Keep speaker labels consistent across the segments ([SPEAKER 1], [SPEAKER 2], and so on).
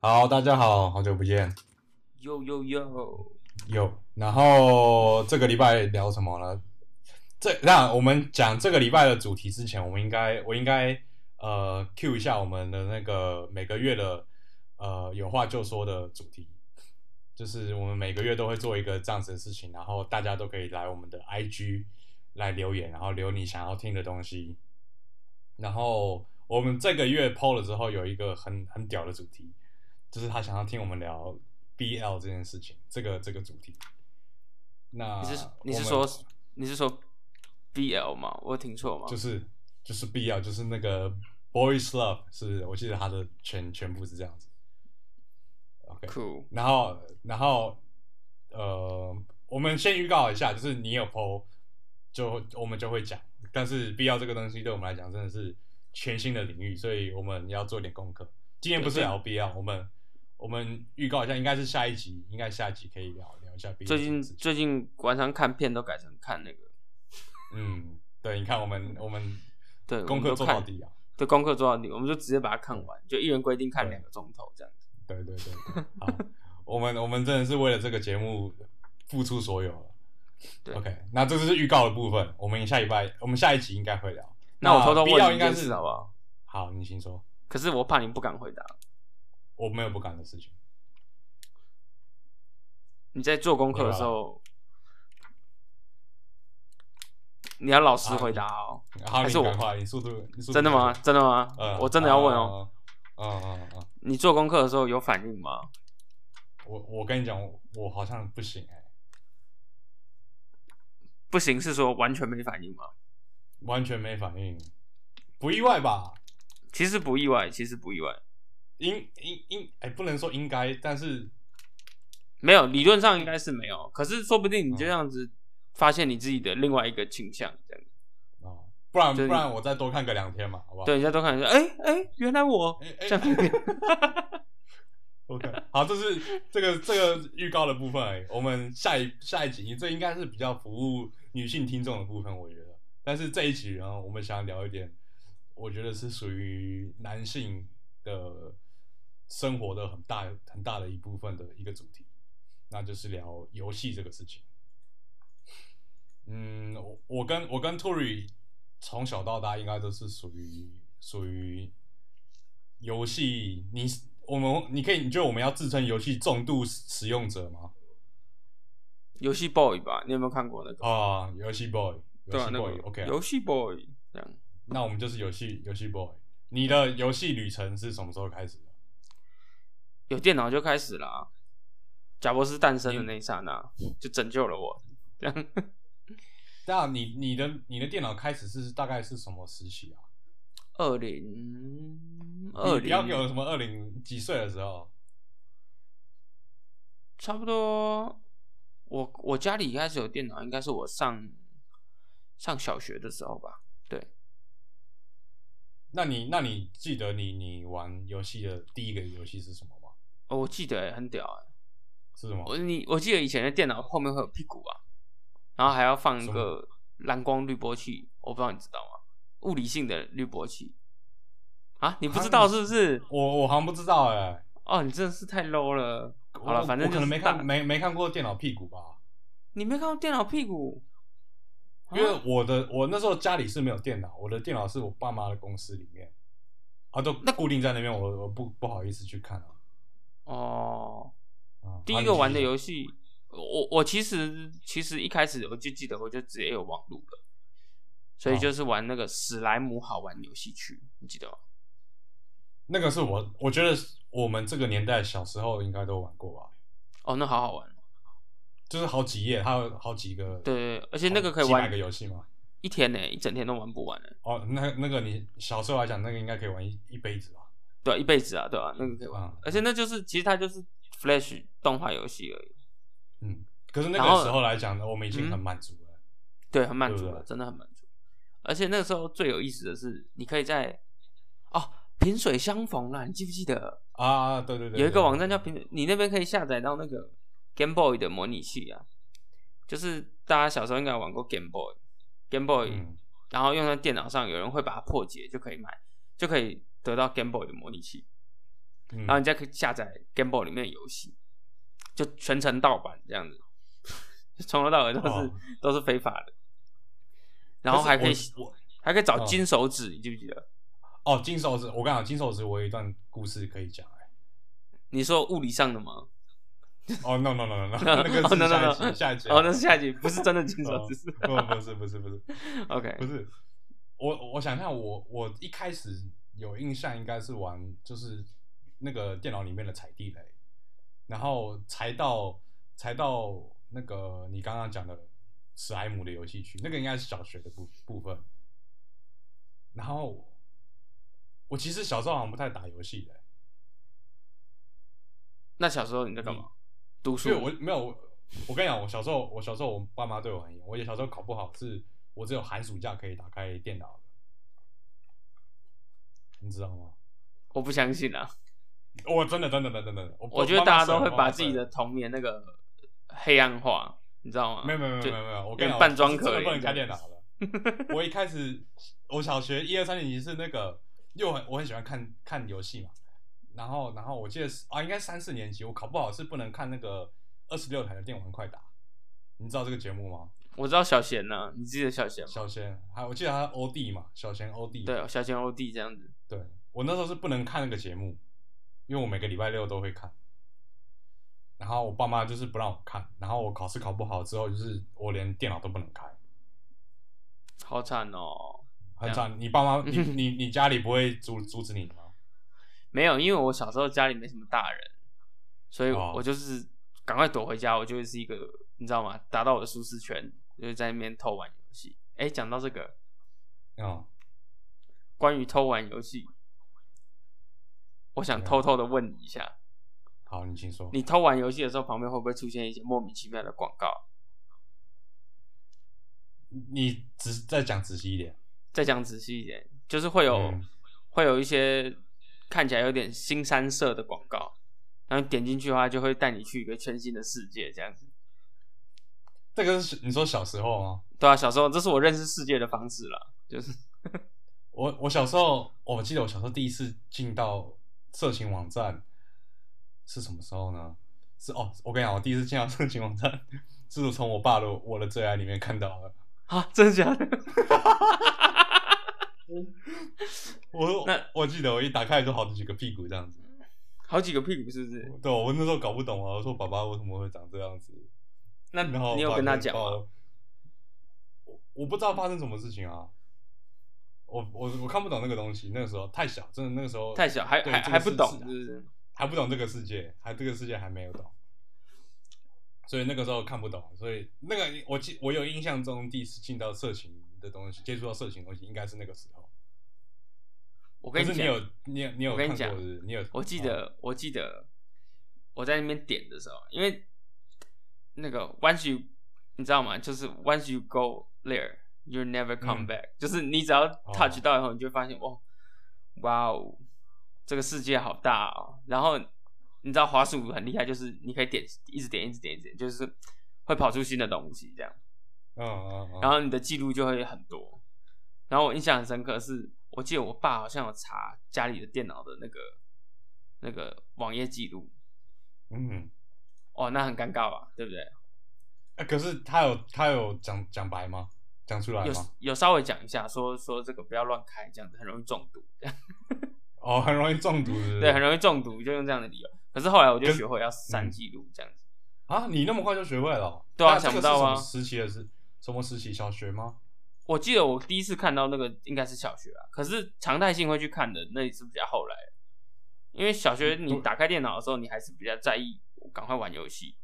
[SPEAKER 1] 好，大家好，好久不见，
[SPEAKER 2] 哟哟哟，
[SPEAKER 1] 有。然后这个礼拜聊什么呢？这那我们讲这个礼拜的主题之前，我们应该我应该呃 Q 一下我们的那个每个月的呃有话就说的主题，就是我们每个月都会做一个这样子的事情，然后大家都可以来我们的 IG 来留言，然后留你想要听的东西。然后我们这个月 PO 了之后，有一个很很屌的主题，就是他想要听我们聊 BL 这件事情，这个这个主题。那
[SPEAKER 2] 你是你是
[SPEAKER 1] 啊我
[SPEAKER 2] 说
[SPEAKER 1] 们
[SPEAKER 2] 你是说 BL 吗？我有听错吗？
[SPEAKER 1] 就是就是 BL，就是那个 Boys Love，是我记得他的全全部是这样子。OK，
[SPEAKER 2] 酷，
[SPEAKER 1] 然后然后呃，我们先预告一下，就是你有 PO，就我们就会讲。但是 BL 这个东西对我们来讲真的是全新的领域，所以我们要做点功课。今天不是
[SPEAKER 2] 对
[SPEAKER 1] 聊 BL，我们我们预告一下，应该是下一集，应该下一集可以聊聊一下 BL
[SPEAKER 2] 最
[SPEAKER 1] 这
[SPEAKER 2] 近
[SPEAKER 1] 个事情。
[SPEAKER 2] 最近晚上看片都改成看那个，
[SPEAKER 1] 嗯，对，你看我们我们
[SPEAKER 2] 对，
[SPEAKER 1] 功课做到
[SPEAKER 2] 看，
[SPEAKER 1] 底啊。
[SPEAKER 2] 对，功课做到底，我们就直接把
[SPEAKER 1] 嗯
[SPEAKER 2] 它看完，就一人规定看两个钟头这样子。
[SPEAKER 1] 对对对，对 好，我们我们真的是为了这个节目付出所有了。
[SPEAKER 2] 对
[SPEAKER 1] OK，那这就是预告的部分，我们下礼拜，我们下一集应该会聊。
[SPEAKER 2] 那我偷偷问
[SPEAKER 1] BL
[SPEAKER 2] 你
[SPEAKER 1] 应
[SPEAKER 2] 一
[SPEAKER 1] 该
[SPEAKER 2] 件
[SPEAKER 1] 是
[SPEAKER 2] 事好不好？
[SPEAKER 1] 好，你先说，
[SPEAKER 2] 可是我怕你不敢回答。
[SPEAKER 1] 我没有不敢的事情。
[SPEAKER 2] 你在做功课的时候，你要老实
[SPEAKER 1] 啊
[SPEAKER 2] 回答哦。
[SPEAKER 1] 好，
[SPEAKER 2] 还
[SPEAKER 1] 你
[SPEAKER 2] 是我
[SPEAKER 1] 赶快，你速度，你速度
[SPEAKER 2] 真的吗？？真的吗？
[SPEAKER 1] 嗯，
[SPEAKER 2] 我真的要问哦。
[SPEAKER 1] 嗯。嗯嗯嗯嗯，
[SPEAKER 2] 你做功课的时候有反应吗？
[SPEAKER 1] 我我跟你讲，我我好像不行哎、
[SPEAKER 2] 不行，是说完全没反应吗？
[SPEAKER 1] 完全没反应，不意外吧？
[SPEAKER 2] 其实不意外，其实不意外。
[SPEAKER 1] 应应应，哎、不能说应该，但是
[SPEAKER 2] 没有，理论上应该是没有，可是说不定你
[SPEAKER 1] 哦
[SPEAKER 2] 就这样子发现你自己的另外一个倾向，这样子。
[SPEAKER 1] 啊、不然不
[SPEAKER 2] 就是你
[SPEAKER 1] 然我再多看个两天嘛，好不好？
[SPEAKER 2] 对，人家都看一下，哎、哎、原来我
[SPEAKER 1] 哎，哎
[SPEAKER 2] 这样。
[SPEAKER 1] OK，好，这是这个这个预告的部分而已。我们下一下一集，这应该是比较服务女性听众的部分，我觉得。但是这一集呢，我们想聊一点，我觉得是属于男性的生活的很大很大的一部分的一个主题，那就是聊游戏这个事情。嗯，我我跟我跟 Tory 从小到大应该都是属于属于游戏，你我们你可以你觉得我们要自称游戏重度使用者吗？
[SPEAKER 2] 游戏 boy 吧？你有没有看过那个？
[SPEAKER 1] 啊，游戏 boy，游
[SPEAKER 2] 对啊
[SPEAKER 1] 戏，
[SPEAKER 2] 那
[SPEAKER 1] boy，OK，、
[SPEAKER 2] 个游戏 boy 这样。
[SPEAKER 1] 那我们就是游戏游戏 boy。你的游戏旅程是什么时候开始的？
[SPEAKER 2] 有电脑就开始了啊、贾博士诞生的那一刹那，
[SPEAKER 1] 嗯
[SPEAKER 2] 就拯救了我。这样，
[SPEAKER 1] 那啊你你的你的电脑开始是大概是什么时期啊？
[SPEAKER 2] 二零
[SPEAKER 1] 你
[SPEAKER 2] 二
[SPEAKER 1] 不要给我
[SPEAKER 2] 零，
[SPEAKER 1] 什么二零几岁的时候，
[SPEAKER 2] 差不多。我我家里开始有电脑，应该是我上上小学的时候吧。
[SPEAKER 1] 那你那你记得你你玩游戏的第一个游戏是什么吗？
[SPEAKER 2] 哦，我记得、欸、很屌哎、
[SPEAKER 1] 是什么？
[SPEAKER 2] 我你我记得以前的电脑后面会有屁股啊，然后还要放一
[SPEAKER 1] 什
[SPEAKER 2] 个蓝光滤波器，我不知道你知道吗？物理性的滤波器啊，你不
[SPEAKER 1] 啊
[SPEAKER 2] 知道
[SPEAKER 1] 你
[SPEAKER 2] 是不是？
[SPEAKER 1] 我我好像不知道哎、
[SPEAKER 2] 哦，你真的是太 low 了。好
[SPEAKER 1] 我
[SPEAKER 2] 了，反正
[SPEAKER 1] 我可
[SPEAKER 2] 就
[SPEAKER 1] 能
[SPEAKER 2] 是
[SPEAKER 1] 没
[SPEAKER 2] 大啊
[SPEAKER 1] 看没没看过电脑屁股吧，
[SPEAKER 2] 你没看过电脑屁股，
[SPEAKER 1] 因为
[SPEAKER 2] 啊
[SPEAKER 1] 我的我那时候家里是没有电脑，我的电脑是我爸妈的公司里面，啊都固定在那边，我我不不好意思去看啊。
[SPEAKER 2] 哦，
[SPEAKER 1] 啊
[SPEAKER 2] 第一个玩的，
[SPEAKER 1] 啊
[SPEAKER 2] 游戏，我我其实其实一开始我就记得我就直接有网路了，所以
[SPEAKER 1] 哦
[SPEAKER 2] 就是玩那个史莱姆好玩游戏区，你记得吗？
[SPEAKER 1] 你继续那个是我我觉得我们这个年代小时候应该都玩过吧，
[SPEAKER 2] 哦，那好好玩哦。
[SPEAKER 1] 就是好几页，它有好几个，
[SPEAKER 2] 对对对而且那个可以
[SPEAKER 1] 好几
[SPEAKER 2] 玩
[SPEAKER 1] 百个游戏嘛。
[SPEAKER 2] 一天呢、一整天都玩不完呢、
[SPEAKER 1] 哦，那那个你小时候来讲，那个应该可以玩一一辈子吧？
[SPEAKER 2] 对、啊，一辈子啊，对啊，那个可以玩，
[SPEAKER 1] 嗯
[SPEAKER 2] 而且那就是其实它就是 Flash 动画游戏而已，
[SPEAKER 1] 嗯，可是那
[SPEAKER 2] 然
[SPEAKER 1] 个
[SPEAKER 2] 后
[SPEAKER 1] 时候来讲，我们已经
[SPEAKER 2] 嗯
[SPEAKER 1] 很满足了。
[SPEAKER 2] 对，很满足
[SPEAKER 1] 对
[SPEAKER 2] 了，
[SPEAKER 1] 不对
[SPEAKER 2] 真的很满足。而且那个时候最有意思的是，你可以在哦萍水相逢啦，你记不记得
[SPEAKER 1] 啊，对对对，
[SPEAKER 2] 有一个
[SPEAKER 1] 对
[SPEAKER 2] 网站叫萍，你那边可以下载到那个 Game Boy 的模拟器啊，就是大家小时候应该有玩过 Game Boy，Game Boy，,
[SPEAKER 1] 嗯，
[SPEAKER 2] 然后用在电脑上，有人会把它破解就可以买，就可以得到 Game Boy 的模拟器。
[SPEAKER 1] 嗯
[SPEAKER 2] 然后你再可以下载 Game Boy 里面的游戏，就全程盗版这样子， 从头到尾都是、
[SPEAKER 1] 哦
[SPEAKER 2] 都是非法的。然后还可以
[SPEAKER 1] 可是我我
[SPEAKER 2] 还可以找
[SPEAKER 1] 哦
[SPEAKER 2] 金手指，你记不记得？
[SPEAKER 1] 哦，金手指，我刚好金手指，我有一段故事可以讲哎、
[SPEAKER 2] 你说物理上的吗？
[SPEAKER 1] 哦、n o no no no no，那个
[SPEAKER 2] 哦
[SPEAKER 1] 是
[SPEAKER 2] no no
[SPEAKER 1] 下
[SPEAKER 2] no，
[SPEAKER 1] 一集，下一集。
[SPEAKER 2] 哦，那是下一集，不是真的金手指。是
[SPEAKER 1] 哦不不是不是不是
[SPEAKER 2] OK，
[SPEAKER 1] 不是，我我想一下，我我一开始有印象应该是玩就是那个电脑里面的踩地雷，然后踩到踩到那个你刚刚讲的史莱姆的游戏区，那个应该是小学的部部分。然后我其实小时候好像不太打游戏的、
[SPEAKER 2] 那小时候你在干嘛？读书
[SPEAKER 1] 所以？嗯我没有，我我跟你讲，我小时候，我小时候我爸妈对我很严，我也小时候考不好，是我只有寒暑假可以打开电脑的，你知道吗？
[SPEAKER 2] 我不相信啊！
[SPEAKER 1] 我真的真的真的真的，我
[SPEAKER 2] 我觉得大家都会把自己的童年那个黑暗化，你知道吗？
[SPEAKER 1] 没有没有没有
[SPEAKER 2] 就
[SPEAKER 1] 没有没有，我跟你讲，
[SPEAKER 2] 扮装可
[SPEAKER 1] 我真的
[SPEAKER 2] 怜
[SPEAKER 1] 不能开
[SPEAKER 2] 这
[SPEAKER 1] 电
[SPEAKER 2] 样
[SPEAKER 1] 脑了。我一开始，我小学一二三年级是那个，因为我很我很喜欢看看游戏嘛，然后然后我记得是啊，应该三四年级，我考不好是不能看那个二十六台的电玩快打，你知道这个节目吗？
[SPEAKER 2] 我知道小贤呢、你记得小贤吗？
[SPEAKER 1] 小贤，还我记得他是欧弟嘛，小贤欧弟。
[SPEAKER 2] 对，啊小贤欧弟这样子。
[SPEAKER 1] 对，我那时候是不能看那个节目，因为我每个礼拜六都会看。然后我爸妈就是不让我看，然后我考试考不好之后，就是我连电脑都不能开，
[SPEAKER 2] 好惨哦！
[SPEAKER 1] 很惨。你爸 妈，你你你家里不会阻阻止你吗？
[SPEAKER 2] 没有，因为我小时候家里没什么大人，所以
[SPEAKER 1] 哦
[SPEAKER 2] 我就是赶快躲回家，我就会是一个你知道吗？达到我的舒适圈，我就在那边偷玩游戏。哎，讲到这个，
[SPEAKER 1] 嗯，
[SPEAKER 2] 关于偷玩游戏，我
[SPEAKER 1] 啊
[SPEAKER 2] 想偷偷的问你一下，
[SPEAKER 1] 好，你请说。
[SPEAKER 2] 你偷玩游戏的时候，旁边会不会出现一些莫名其妙的广告？
[SPEAKER 1] 你仔再讲仔细一点。
[SPEAKER 2] 再讲仔细一点，就是会有、
[SPEAKER 1] 嗯
[SPEAKER 2] 会有一些看起来有点新三色的广告，然后你点进去的话，就会带你去一个全新的世界，这样子。
[SPEAKER 1] 这个是你说小时候吗？
[SPEAKER 2] 对啊，小时候这是我认识世界的方式啦，就是
[SPEAKER 1] 我我小时候，哦我记得我小时候第一次进到色情网站是什么时候呢？是哦，我跟你讲，我第一次进到色情网站是从我爸的《我的最爱》里面看到的。
[SPEAKER 2] 啊，真的假的？
[SPEAKER 1] 我
[SPEAKER 2] 那
[SPEAKER 1] 我记得我一打开就好几个屁股这样子。
[SPEAKER 2] 好几个屁股是不是？
[SPEAKER 1] 对，我那时候搞不懂啊，我说爸爸为什么会长这样子？
[SPEAKER 2] 那
[SPEAKER 1] 然后
[SPEAKER 2] 你有
[SPEAKER 1] 爸
[SPEAKER 2] 跟他
[SPEAKER 1] 就
[SPEAKER 2] 讲
[SPEAKER 1] 抱
[SPEAKER 2] 吗？
[SPEAKER 1] 我？我不知道发生什么事情啊。我我我看不懂那个东西，那个时候太小，真的那个时候
[SPEAKER 2] 太小还
[SPEAKER 1] 对
[SPEAKER 2] 还
[SPEAKER 1] 这个
[SPEAKER 2] 还不
[SPEAKER 1] 是
[SPEAKER 2] 懂啊
[SPEAKER 1] 是
[SPEAKER 2] 是不是
[SPEAKER 1] 还不懂这个世界，还这个世界还没有懂，所以那个时候看不懂，所以那个我记我有印象中第一次进到色情的东西，接触到色情的东西应该是那个时候。
[SPEAKER 2] 我
[SPEAKER 1] 我
[SPEAKER 2] 跟
[SPEAKER 1] 你
[SPEAKER 2] 你
[SPEAKER 1] 你
[SPEAKER 2] 讲，
[SPEAKER 1] 有你有你有
[SPEAKER 2] 我跟
[SPEAKER 1] 看
[SPEAKER 2] 你
[SPEAKER 1] 过
[SPEAKER 2] 讲
[SPEAKER 1] 是不是你有
[SPEAKER 2] 我记
[SPEAKER 1] 哦
[SPEAKER 2] 得，我记得我在那边点的时候，因为那个 once you 你知道吗？就是 once you go there, you never come
[SPEAKER 1] 嗯哦
[SPEAKER 2] back、就是你只要 touch 到以后，你就会发现哦，哇哦，这个世界好大哦。然后你知道滑鼠很厉害，就是你可以点一直点一直点一直点，就是会跑出新的东西这样。
[SPEAKER 1] 嗯嗯嗯，
[SPEAKER 2] 然后你的记录就会很多。然后我印象很深刻是，我记得我爸好像有查家里的电脑的那个那个网页记录，
[SPEAKER 1] 嗯、
[SPEAKER 2] 哦，那很尴尬吧，对不对？
[SPEAKER 1] 啊可是他有他有讲讲白吗？讲出来
[SPEAKER 2] 有
[SPEAKER 1] 吗？
[SPEAKER 2] 有稍微讲一下，说说这个不要乱开，这样子很容易中毒，
[SPEAKER 1] 哦，很容易中毒是不是，
[SPEAKER 2] 对，很容易中毒，就用这样的理由。可是后来我就
[SPEAKER 1] 跟
[SPEAKER 2] 学会要删
[SPEAKER 1] 嗯
[SPEAKER 2] 记录这样子，
[SPEAKER 1] 啊！你那么快就学会了哦？
[SPEAKER 2] 对啊
[SPEAKER 1] 那这个
[SPEAKER 2] 想不到啊
[SPEAKER 1] 是什么时期的是什么时期？小学吗？
[SPEAKER 2] 我记得我第一次看到那个应该是小学啊，可是常态性会去看的那也是比较后来的，因为小学你
[SPEAKER 1] 对
[SPEAKER 2] 打开电脑的时候，你还是比较在意我赶快玩游戏，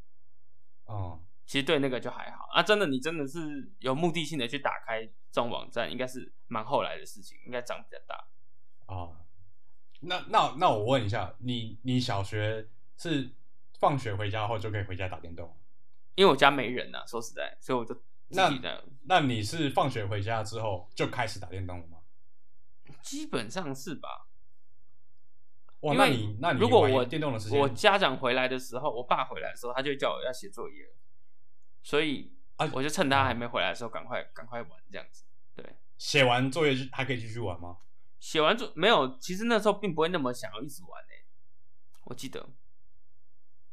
[SPEAKER 1] 嗯，
[SPEAKER 2] 其实对那个就还好啊。真的，你真的是有目的性的去打开这种网站，应该是蛮后来的事情，应该长比较大。
[SPEAKER 1] 啊，那那那我问一下，你你小学是放学回家后就可以回家打电动？
[SPEAKER 2] 因为我家没人呐、啊，说实在，所以我就自己在，
[SPEAKER 1] 那你是放学回家之后就开始打电动了吗？
[SPEAKER 2] 基本上是吧？
[SPEAKER 1] 哇，
[SPEAKER 2] 因
[SPEAKER 1] 那
[SPEAKER 2] 为
[SPEAKER 1] 你那你
[SPEAKER 2] 如果
[SPEAKER 1] 玩
[SPEAKER 2] 我
[SPEAKER 1] 电动的时间，
[SPEAKER 2] 我家长回来的时候，我爸回来的时候，他就会叫我要写作业，所以
[SPEAKER 1] 啊
[SPEAKER 2] 我就趁他还没回来的时候，赶快赶快玩这样子。对，
[SPEAKER 1] 写完作业就还可以继续玩吗？
[SPEAKER 2] 写完作没有？其实那时候并不会那么想要一直玩诶、欸我记得，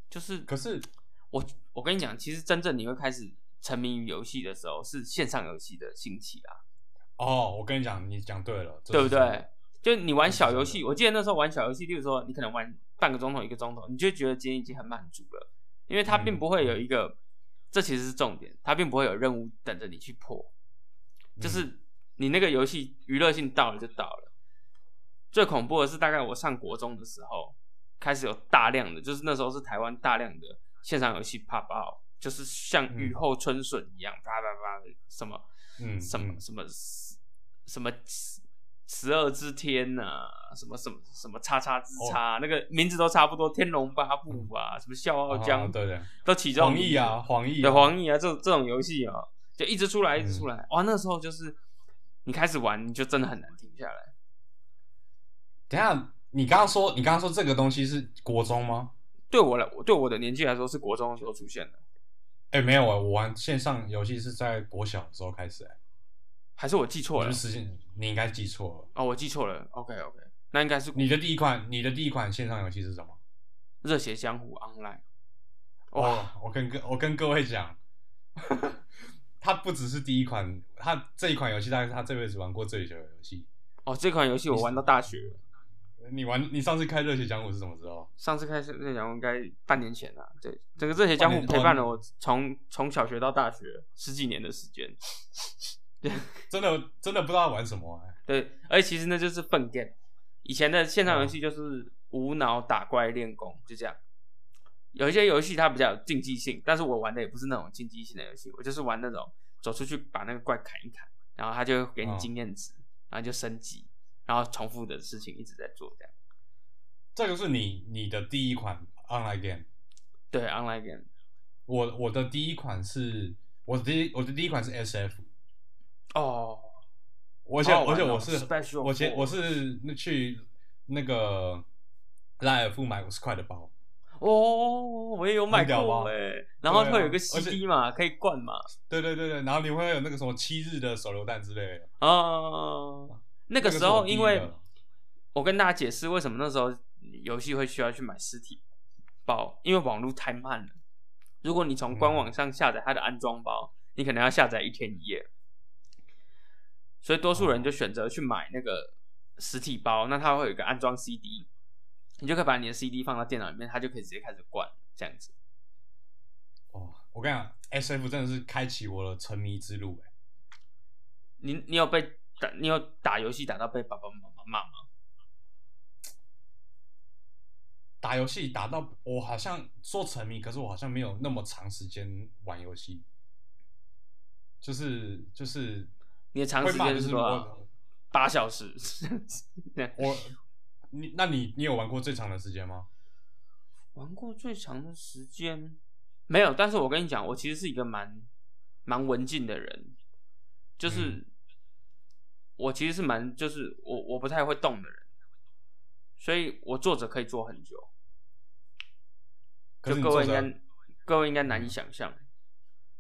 [SPEAKER 2] 就是
[SPEAKER 1] 可是
[SPEAKER 2] 我我跟你讲，其实真正你会开始沉迷于游戏的时候，是线上游戏的兴起啊，
[SPEAKER 1] 哦，我跟你讲，你讲对了，这
[SPEAKER 2] 对不
[SPEAKER 1] 是真的
[SPEAKER 2] 对？？就你玩小游
[SPEAKER 1] 嗯真
[SPEAKER 2] 戏，我记得那时候玩小游戏，例如说你可能玩半个钟头、一个钟头，你就觉得今天已经很满足了，因为它
[SPEAKER 1] 嗯
[SPEAKER 2] 并不会有一个，这其实是重点，它并不会有任务等着你去破，就
[SPEAKER 1] 嗯
[SPEAKER 2] 是你那个游戏娱乐性到了就到了。最恐怖的是，大概我上国中的时候，开始有大量的，就是那时候是台湾大量的线上游戏 pop out，就是像雨
[SPEAKER 1] 嗯
[SPEAKER 2] 后春笋一样，啪啪啪，什么
[SPEAKER 1] 嗯
[SPEAKER 2] 什么
[SPEAKER 1] 嗯
[SPEAKER 2] 什么十什么十十二之天呐、什么什么什么叉叉之
[SPEAKER 1] 哦
[SPEAKER 2] 叉，那个名字都差不多，《天龙八部》啊，什么《笑傲江
[SPEAKER 1] 啊
[SPEAKER 2] 湖》
[SPEAKER 1] 对对，
[SPEAKER 2] 都起这种
[SPEAKER 1] 黄奕啊，黄奕啊，嗯
[SPEAKER 2] 对黄奕啊，这种这种游戏啊，就一直出来，一直出来，哇，那时候就是你开始玩，你就真的很难停下来。
[SPEAKER 1] 等一下，你刚刚说，你刚刚说这个东西是国中吗？
[SPEAKER 2] 对我来，对我的年纪来说，是国中的时候出现的，
[SPEAKER 1] 哎、没有啊，我玩线上游戏是在国小的时候开始、哎，
[SPEAKER 2] 还是我记错
[SPEAKER 1] 我
[SPEAKER 2] 了
[SPEAKER 1] 就？时间你应该记错了。
[SPEAKER 2] 哦，我记错了。OK OK，那应该是
[SPEAKER 1] 你的第一款，你的第一款线上游戏是什么？
[SPEAKER 2] 热血江湖 Online。哇，
[SPEAKER 1] 哇，我跟各我跟各位讲， 它不只是第一款，它这一款游戏大概是他这辈子玩过最久的游戏。
[SPEAKER 2] 哦，这款游戏我玩到大学了。
[SPEAKER 1] 你玩，你上次开热血江湖是什么时候？
[SPEAKER 2] 上次开始热血江湖应该半年前了、对，这个热血江湖
[SPEAKER 1] 半年嗯
[SPEAKER 2] 陪伴了我从从小学到大学十几年的时间。
[SPEAKER 1] 真的真的不知道玩什么、哎
[SPEAKER 2] 对，而且其实那就是粪 game。以前的线上
[SPEAKER 1] 嗯
[SPEAKER 2] 游戏就是无脑打怪练功，就这样。有一些游戏它比较有竞技性，但是我玩的也不是那种竞技性的游戏，我就是玩那种走出去把那个怪砍一砍，然后它就会给你
[SPEAKER 1] 嗯
[SPEAKER 2] 经验值，然后就升级，然后重复的事情一直在做这样。
[SPEAKER 1] 这个是你你的第一款 online game。
[SPEAKER 2] 对，online game
[SPEAKER 1] 我我的第一款是，我的第一我的第一款是 SF，
[SPEAKER 2] 哦，
[SPEAKER 1] 而且、
[SPEAKER 2] 好好玩
[SPEAKER 1] 而且
[SPEAKER 2] 哦
[SPEAKER 1] 我是
[SPEAKER 2] Special
[SPEAKER 1] 我前
[SPEAKER 2] Four
[SPEAKER 1] 我是那去那个莱尔富买五十块的包，
[SPEAKER 2] 哦，我也有买
[SPEAKER 1] 很屌
[SPEAKER 2] 过
[SPEAKER 1] 吧
[SPEAKER 2] 哎、然后
[SPEAKER 1] 对啊
[SPEAKER 2] 会有一个
[SPEAKER 1] 而且
[SPEAKER 2] CD 嘛，可以灌嘛
[SPEAKER 1] 对对对对，然后你会有那个什么七日的手榴弹之类的，
[SPEAKER 2] 啊、那个
[SPEAKER 1] 那个是
[SPEAKER 2] 时候
[SPEAKER 1] 我第一啊
[SPEAKER 2] 因为
[SPEAKER 1] 个
[SPEAKER 2] 我跟大家解释为什么那时候游戏会需要去买实体包，因为网络太慢了。如果你从
[SPEAKER 1] 嗯
[SPEAKER 2] 官网上下载它的安装包，你可能要下载一天一夜，所以多数
[SPEAKER 1] 哦
[SPEAKER 2] 人就选择去买那个实体包，那它会有一个安装 CD，你就可以把你的 CD 放到电脑里面，它就可以直接开始灌这样子。
[SPEAKER 1] 哦，我跟你讲，SF 真的是开启我的沉迷之路哎、
[SPEAKER 2] 你你有被打，你有打游戏打到被爸爸妈妈骂吗？
[SPEAKER 1] 打游戏打到我好像说沉迷，可是我好像没有那么长时间玩游戏，就是就是
[SPEAKER 2] 你的长时
[SPEAKER 1] 会骂
[SPEAKER 2] 间
[SPEAKER 1] 就是是
[SPEAKER 2] 多少
[SPEAKER 1] 我？
[SPEAKER 2] 八小时。
[SPEAKER 1] 我你那你你有玩过最长的时间吗？
[SPEAKER 2] 玩过最长的时间没有，但是我跟你讲，我其实是一个蛮蛮文静的人，就是、
[SPEAKER 1] 嗯
[SPEAKER 2] 我其实是蛮就是我我不太会动的人，所以我坐着可以坐很久，
[SPEAKER 1] 可
[SPEAKER 2] 就是
[SPEAKER 1] 你啊
[SPEAKER 2] 各位
[SPEAKER 1] 作
[SPEAKER 2] 应
[SPEAKER 1] 者
[SPEAKER 2] 该各位应该难以想象，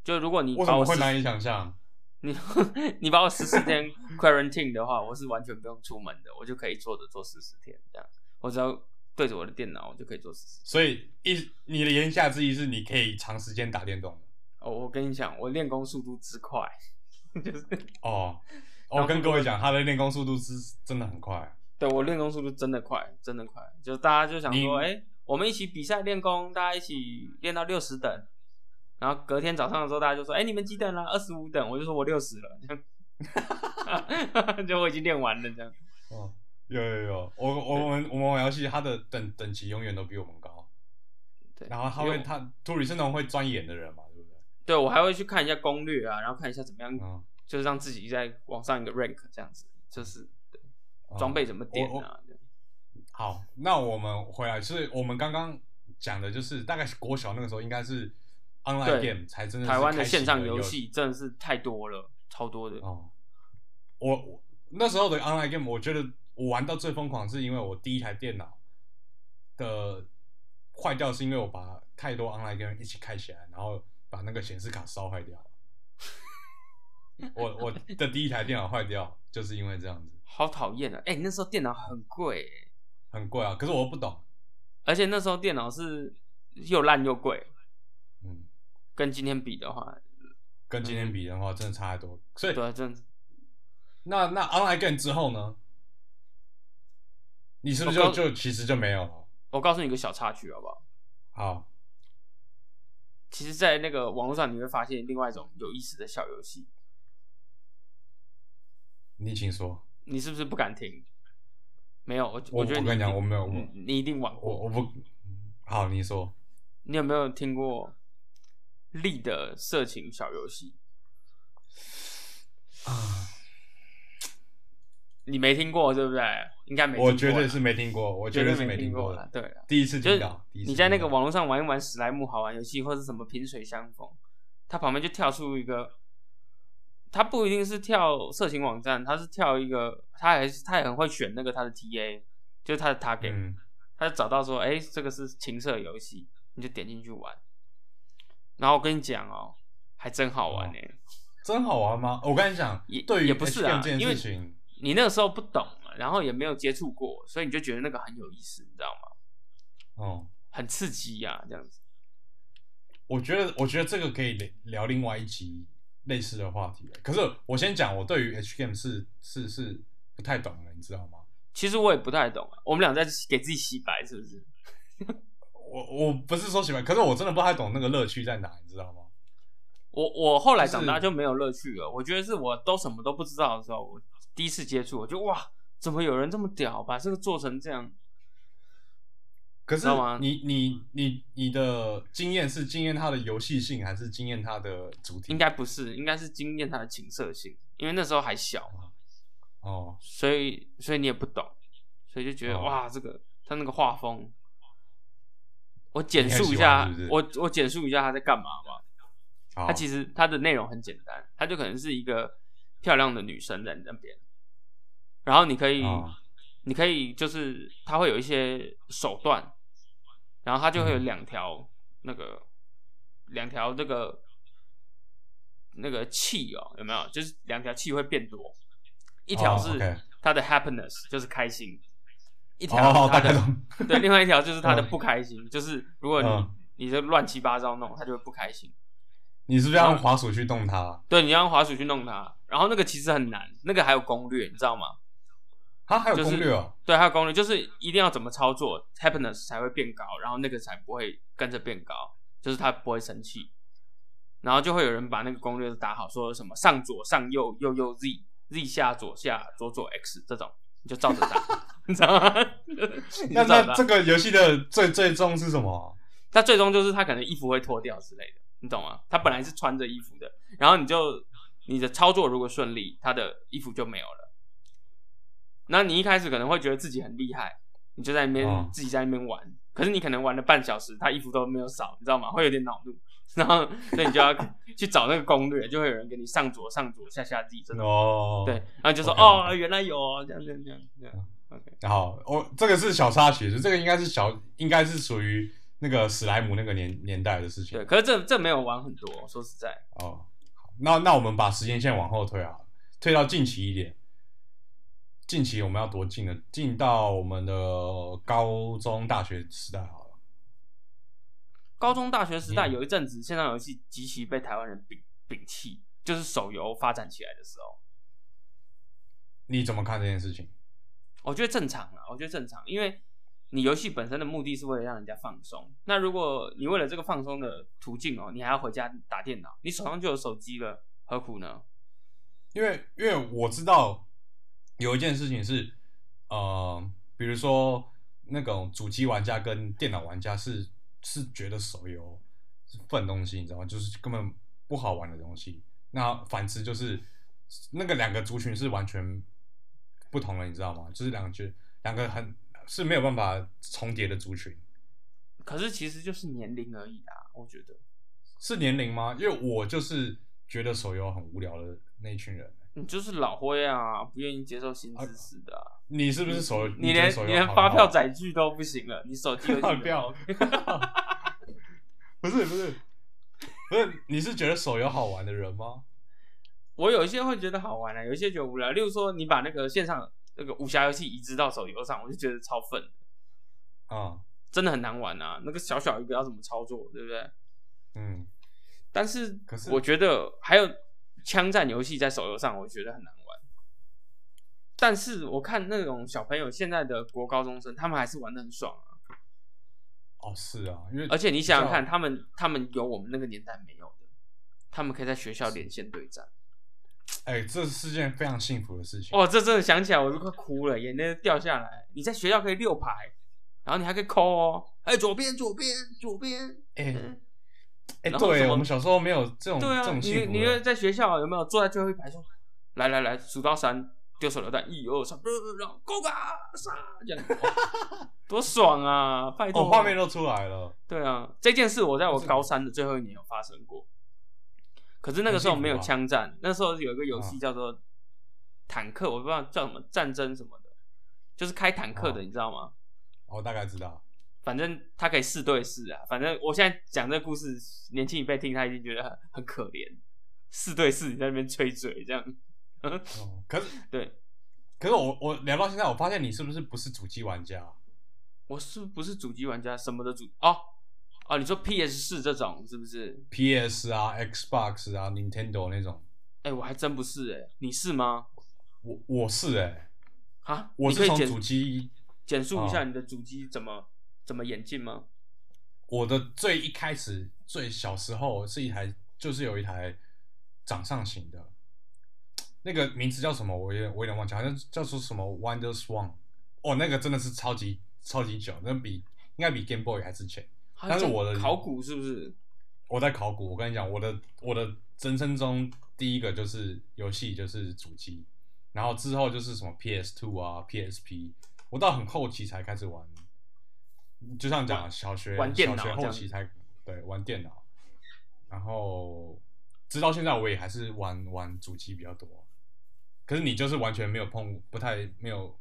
[SPEAKER 2] 就如果你
[SPEAKER 1] 嗯为什
[SPEAKER 2] 把
[SPEAKER 1] 么
[SPEAKER 2] 我
[SPEAKER 1] 会
[SPEAKER 2] 14
[SPEAKER 1] 难以想象？
[SPEAKER 2] 你 你把我十四天 quarantine 的话，我是完全不用出门的，我就可以坐着做十四天这样。我只要对着我的电脑，我就可以做十四。
[SPEAKER 1] 所以一你的言下之意是你可以长时间打电动
[SPEAKER 2] 哦，我跟你讲，我练功速度之快，就是
[SPEAKER 1] 哦。
[SPEAKER 2] 然
[SPEAKER 1] 我、
[SPEAKER 2] 后
[SPEAKER 1] 跟各位讲，他的练功速度是真的很快。
[SPEAKER 2] 对我练功速度真的快，真的快。就是大家就想说，
[SPEAKER 1] 你
[SPEAKER 2] 哎、我们一起比赛练功，大家一起练到六十等，然后隔天早上的时候，大家就说，哎、你们几等啦、2二十五等，我就说我六十了，这样， 就我已经练完了这样。
[SPEAKER 1] 哦，有有有，我我我们我们玩游戏，他的等等级永远都比我们高。
[SPEAKER 2] 对，
[SPEAKER 1] 然后他
[SPEAKER 2] 因
[SPEAKER 1] 会
[SPEAKER 2] 为我
[SPEAKER 1] 他图里是那种会钻研的人嘛，对不对？
[SPEAKER 2] 对我还会去看一下攻略啊，然后看一下怎么样
[SPEAKER 1] 嗯，
[SPEAKER 2] 就是让自己在往上一个 rank 这样子，就是对
[SPEAKER 1] 嗯
[SPEAKER 2] 装备怎么点
[SPEAKER 1] 我我
[SPEAKER 2] 啊？这样
[SPEAKER 1] 好，那我们回来，就是我们刚刚讲的，就是大概是国小那个时候，应该是 online
[SPEAKER 2] 对
[SPEAKER 1] game 才真的是
[SPEAKER 2] 台湾
[SPEAKER 1] 开
[SPEAKER 2] 的
[SPEAKER 1] 启
[SPEAKER 2] 线上
[SPEAKER 1] 了
[SPEAKER 2] 游戏真的是太多了，超多的。
[SPEAKER 1] 哦，我我那时候的 online game，我觉得我玩到最疯狂，是因为我第一台电脑的坏掉，是因为我把太多 online game 一起开起来，然后把那个显示卡烧坏掉了我我的第一台电脑坏掉，就是因为这样子，
[SPEAKER 2] 好讨厌啊！哎、那时候电脑很贵、欸，
[SPEAKER 1] 很贵啊，可是我又不懂，
[SPEAKER 2] 而且那时候电脑是又烂又贵，
[SPEAKER 1] 嗯，
[SPEAKER 2] 跟今天比的话，
[SPEAKER 1] 跟今天比的话，真的差太多。所以
[SPEAKER 2] 对啊，真的
[SPEAKER 1] 那那 online game 之后呢？你是不是
[SPEAKER 2] 我
[SPEAKER 1] 就
[SPEAKER 2] 刚
[SPEAKER 1] 就其实就没有了？
[SPEAKER 2] 我告诉你一个小插曲好不好？
[SPEAKER 1] 好，
[SPEAKER 2] 其实，在那个网络上你会发现另外一种有意思的小游戏，
[SPEAKER 1] 你请说。
[SPEAKER 2] 你是不是不敢听？没有，我
[SPEAKER 1] 我
[SPEAKER 2] 觉得
[SPEAKER 1] 我跟你讲
[SPEAKER 2] 一定
[SPEAKER 1] 我没有我
[SPEAKER 2] 你你一定玩
[SPEAKER 1] 我
[SPEAKER 2] 过。
[SPEAKER 1] 我不好，你说
[SPEAKER 2] 你有没有听过力的色情小游戏？
[SPEAKER 1] 啊？
[SPEAKER 2] 你没听过对不对？应该没听过
[SPEAKER 1] 我
[SPEAKER 2] 啦。
[SPEAKER 1] 绝对是没听过，我绝对是
[SPEAKER 2] 没
[SPEAKER 1] 听
[SPEAKER 2] 过啦
[SPEAKER 1] 的。
[SPEAKER 2] 对啦，
[SPEAKER 1] 第一次
[SPEAKER 2] 就
[SPEAKER 1] 听
[SPEAKER 2] 是
[SPEAKER 1] 到。第一次
[SPEAKER 2] 你在那个
[SPEAKER 1] 听到
[SPEAKER 2] 网络上玩一玩史莱姆好玩游戏，或是什么萍水相逢，它旁边就跳出一个，它不一定是跳色情网站，它是跳一个，它还是它也很会选那个它的 TA，就是它的 target，、
[SPEAKER 1] 嗯
[SPEAKER 2] 他就找到说，哎、这个是情色游戏，你就点进去玩。然后我跟你讲哦、还真好玩呢、
[SPEAKER 1] 真好玩吗？我跟你讲
[SPEAKER 2] 也，
[SPEAKER 1] 哦对于
[SPEAKER 2] 也不是
[SPEAKER 1] HDM
[SPEAKER 2] 啊，
[SPEAKER 1] 这件
[SPEAKER 2] 因为
[SPEAKER 1] 事情，
[SPEAKER 2] 你那个时候不懂嘛，然后也没有接触过，所以你就觉得那个很有意思，你知道吗？
[SPEAKER 1] 哦、
[SPEAKER 2] 很刺激呀、这样子。
[SPEAKER 1] 我觉得我觉得这个可以聊聊另外一集类似的话题。可是我先讲，我对于 H game 是是是不太懂的，你知道吗？
[SPEAKER 2] 其实我也不太懂啊，我们俩在给自己洗白是不是？
[SPEAKER 1] 我我不是说喜欢，可是我真的不太懂那个乐趣在哪，你知道吗？
[SPEAKER 2] 我我后来长大
[SPEAKER 1] 就是
[SPEAKER 2] 就没有乐趣了，我觉得是我都什么都不知道的时候，我第一次接触，我就哇，怎么有人这么屌，把这个做成这样？
[SPEAKER 1] 可是
[SPEAKER 2] 知道吗
[SPEAKER 1] 你你你你的经验是经验它的游戏性，还是经验它的主题？
[SPEAKER 2] 应该不是，应该是惊艳他的情色性，因为那时候还小嘛。
[SPEAKER 1] 哦，
[SPEAKER 2] 所以所以你也不懂，所以就觉得、
[SPEAKER 1] 哦
[SPEAKER 2] 哇，这个他那个画风，我简
[SPEAKER 1] 你很
[SPEAKER 2] 述一
[SPEAKER 1] 喜
[SPEAKER 2] 下，
[SPEAKER 1] 欢是不是
[SPEAKER 2] 我我简述一下他在干嘛吧。
[SPEAKER 1] 好，
[SPEAKER 2] 他其实他的内容很简单，他就可能是一个漂亮的女生在你那边，然后你可以、
[SPEAKER 1] 哦
[SPEAKER 2] 你可以就是他会有一些手段，然后他就会有
[SPEAKER 1] 嗯
[SPEAKER 2] 两条那个两条这个那个气哦，有没有？就是两条气会变多，一条
[SPEAKER 1] 哦
[SPEAKER 2] 是
[SPEAKER 1] OK
[SPEAKER 2] 他的 happiness，就是开心。一条
[SPEAKER 1] 哦，
[SPEAKER 2] 是
[SPEAKER 1] 大
[SPEAKER 2] 他
[SPEAKER 1] 概
[SPEAKER 2] 的、
[SPEAKER 1] 懂。
[SPEAKER 2] 对，另外一条就是他的
[SPEAKER 1] 嗯
[SPEAKER 2] 不开心，就是如果你、
[SPEAKER 1] 嗯
[SPEAKER 2] 你这乱七八糟弄，他就会不开心。
[SPEAKER 1] 你是不是要用滑鼠去动它？
[SPEAKER 2] 对，你要用滑鼠去弄它，然后那个其实很难，那个还有攻略，你知道吗？
[SPEAKER 1] 它还有
[SPEAKER 2] 就是
[SPEAKER 1] 攻略哦。
[SPEAKER 2] 对，还有攻略，就是一定要怎么操作，happiness 才会变高，然后那个才不会跟着变高，就是他不会生气。然后就会有人把那个攻略打好，说什么上左上右右右 z z 下左下左左 x 这种，你就照着 打，你知道吗？ 你
[SPEAKER 1] 那
[SPEAKER 2] 就照着
[SPEAKER 1] 那
[SPEAKER 2] 打
[SPEAKER 1] 这个游戏的最最终是什么？
[SPEAKER 2] 他最终就是他可能衣服会脱掉之类的，你懂吗？他本来是穿着衣服的，然后你就你的操作如果顺利，他的衣服就没有了。那你一开始可能会觉得自己很厉害，你就在那边、
[SPEAKER 1] 嗯
[SPEAKER 2] 自己在那边玩，可是你可能玩了半小时，他衣服都没有少，你知道吗？会有点恼怒，然后所以你就要去找那个攻略，就会有人给你上左上左下下 Z 这种，
[SPEAKER 1] 哦，
[SPEAKER 2] 对，，然后你就说
[SPEAKER 1] OK，
[SPEAKER 2] 哦，原来有哦，这样这样这样这样，OK，
[SPEAKER 1] 好，我这个是小插曲，就这个应该是小，应该是属于那个史莱姆那个年年代的事情
[SPEAKER 2] 对，。可是这这没有玩很多，说实在，
[SPEAKER 1] 哦，好那那我们把时间线往后推啊，推到近期一点。近期我们要多近呢？近到我们的高中、大学时代好了。
[SPEAKER 2] 高中、大学时代
[SPEAKER 1] 嗯
[SPEAKER 2] 有一阵子，线上游戏极其被台湾人摒摒弃，就是手游发展起来的时候，
[SPEAKER 1] 你怎么看这件事情？
[SPEAKER 2] 我觉得正常啊，我觉得正常，因为你游戏本身的目的是为了让人家放松。那如果你为了这个放松的途径哦，你还要回家打电脑，你手上就有手机了，何苦呢？
[SPEAKER 1] 因为因为我知道有一件事情是，呃，比如说那种主机玩家跟电脑玩家是是觉得手游是笨东西，你知道吗？就是根本不好玩的东西。那反之就是那个两个族群是完全不同的，你知道吗？就是两个两个很是没有办法重叠的族群。
[SPEAKER 2] 可是其实就是年龄而已啊，我觉得
[SPEAKER 1] 是年龄吗？因为我就是觉得手游很无聊的那一群人。
[SPEAKER 2] 你就是老灰啊，不愿意接受新知识的啊、
[SPEAKER 1] 你是不是手游？觉
[SPEAKER 2] 你
[SPEAKER 1] 得
[SPEAKER 2] 连
[SPEAKER 1] 手游
[SPEAKER 2] 你连
[SPEAKER 1] 好
[SPEAKER 2] 发
[SPEAKER 1] 吗
[SPEAKER 2] 票载具都不行了，你手机游戏
[SPEAKER 1] 发
[SPEAKER 2] 没
[SPEAKER 1] 票
[SPEAKER 2] 有
[SPEAKER 1] 不是不是不是，你是觉得手游好玩的人吗？
[SPEAKER 2] 我有一些会觉得好玩啊，有一些觉得无聊。例如说，你把那个线上那个武侠游戏移植到手游上，我就觉得超愤。
[SPEAKER 1] 啊、
[SPEAKER 2] 真的很难玩啊，那个小小一个要怎么操作，对不对？
[SPEAKER 1] 嗯，
[SPEAKER 2] 但是
[SPEAKER 1] 可是
[SPEAKER 2] 我觉得还有枪战游戏在手游上，我觉得很难玩。但是我看那种小朋友现在的国高中生，他们还是玩的很爽啊。
[SPEAKER 1] 哦是啊，因为
[SPEAKER 2] 而且你想想看，
[SPEAKER 1] 比较
[SPEAKER 2] 他们他们有我们那个年代没有的，他们可以在学校连线对战。
[SPEAKER 1] 哎、这是件非常幸福的事情。
[SPEAKER 2] 哦，这真的想起来我都快哭了，眼泪都掉下来。你在学校可以六排，然后你还可以抠哦，哎，左边左边左边，
[SPEAKER 1] 哎、
[SPEAKER 2] 嗯
[SPEAKER 1] 哎、
[SPEAKER 2] 然后什
[SPEAKER 1] 对
[SPEAKER 2] 么
[SPEAKER 1] 我们小时候没有这种、
[SPEAKER 2] 对啊
[SPEAKER 1] 这，种
[SPEAKER 2] 你
[SPEAKER 1] 幸福
[SPEAKER 2] 你会
[SPEAKER 1] 的，
[SPEAKER 2] 在学校有没有坐在最后一排说，来来来，数到三，丢手榴弹，一二三，然后够吧，杀 这样，哇多爽啊！拜托，
[SPEAKER 1] 哦画面都出来了，
[SPEAKER 2] 对啊，这件事我在我高三的最后一年有发生过，可是那个时候没有
[SPEAKER 1] 哦
[SPEAKER 2] 枪战，那时候有一个
[SPEAKER 1] 嗯
[SPEAKER 2] 游戏叫做坦克，我不知道叫什么战争什么的，就是开坦克的，
[SPEAKER 1] 哦
[SPEAKER 2] 你知道吗？
[SPEAKER 1] 我哦大概知道。
[SPEAKER 2] 反正它可以四对四啊，反正我现在讲这个故事，年轻一辈听他一定觉得很很可怜，四对四你在那边吹嘴这样，
[SPEAKER 1] 哦、可是
[SPEAKER 2] 对
[SPEAKER 1] 可是我我聊到现在，我发现你是不是不是主机玩家啊？
[SPEAKER 2] 我是不是主机玩家什么的主哦哦，你说 PS 四这种是不是？
[SPEAKER 1] PS 啊、Xbox 啊、Nintendo 那种，
[SPEAKER 2] 哎、我还真不是哎、你是吗？
[SPEAKER 1] 我我是哎、
[SPEAKER 2] 啊，
[SPEAKER 1] 我
[SPEAKER 2] 你
[SPEAKER 1] 是
[SPEAKER 2] 可以
[SPEAKER 1] 从
[SPEAKER 2] 简
[SPEAKER 1] 主机，
[SPEAKER 2] 简述一下
[SPEAKER 1] 哦
[SPEAKER 2] 你的主机怎么、怎么演进吗？
[SPEAKER 1] 我的最一开始最小时候是一台，就是有一台掌上型的，那个名字叫什么？我有点我有点忘记，好像叫做什么 Wonder Swan。哦，那个真的是超级超级久，那比应该比 Game Boy 还之前。
[SPEAKER 2] 啊
[SPEAKER 1] 但是
[SPEAKER 2] 这
[SPEAKER 1] 我的
[SPEAKER 2] 考古是不是？
[SPEAKER 1] 我在考古，我跟你讲，我的我的人生中第一个就是游戏就是主机，然后之后就是什么 PS Two 啊、PSP，我到很后期才开始玩，就像讲
[SPEAKER 2] 玩
[SPEAKER 1] 小学
[SPEAKER 2] 玩电脑
[SPEAKER 1] 小学
[SPEAKER 2] 这
[SPEAKER 1] 后
[SPEAKER 2] 样
[SPEAKER 1] 期
[SPEAKER 2] 子
[SPEAKER 1] 才对玩电脑，然后直到现在我也还是玩玩主机比较多，可是你就是完全没有碰，不太没有，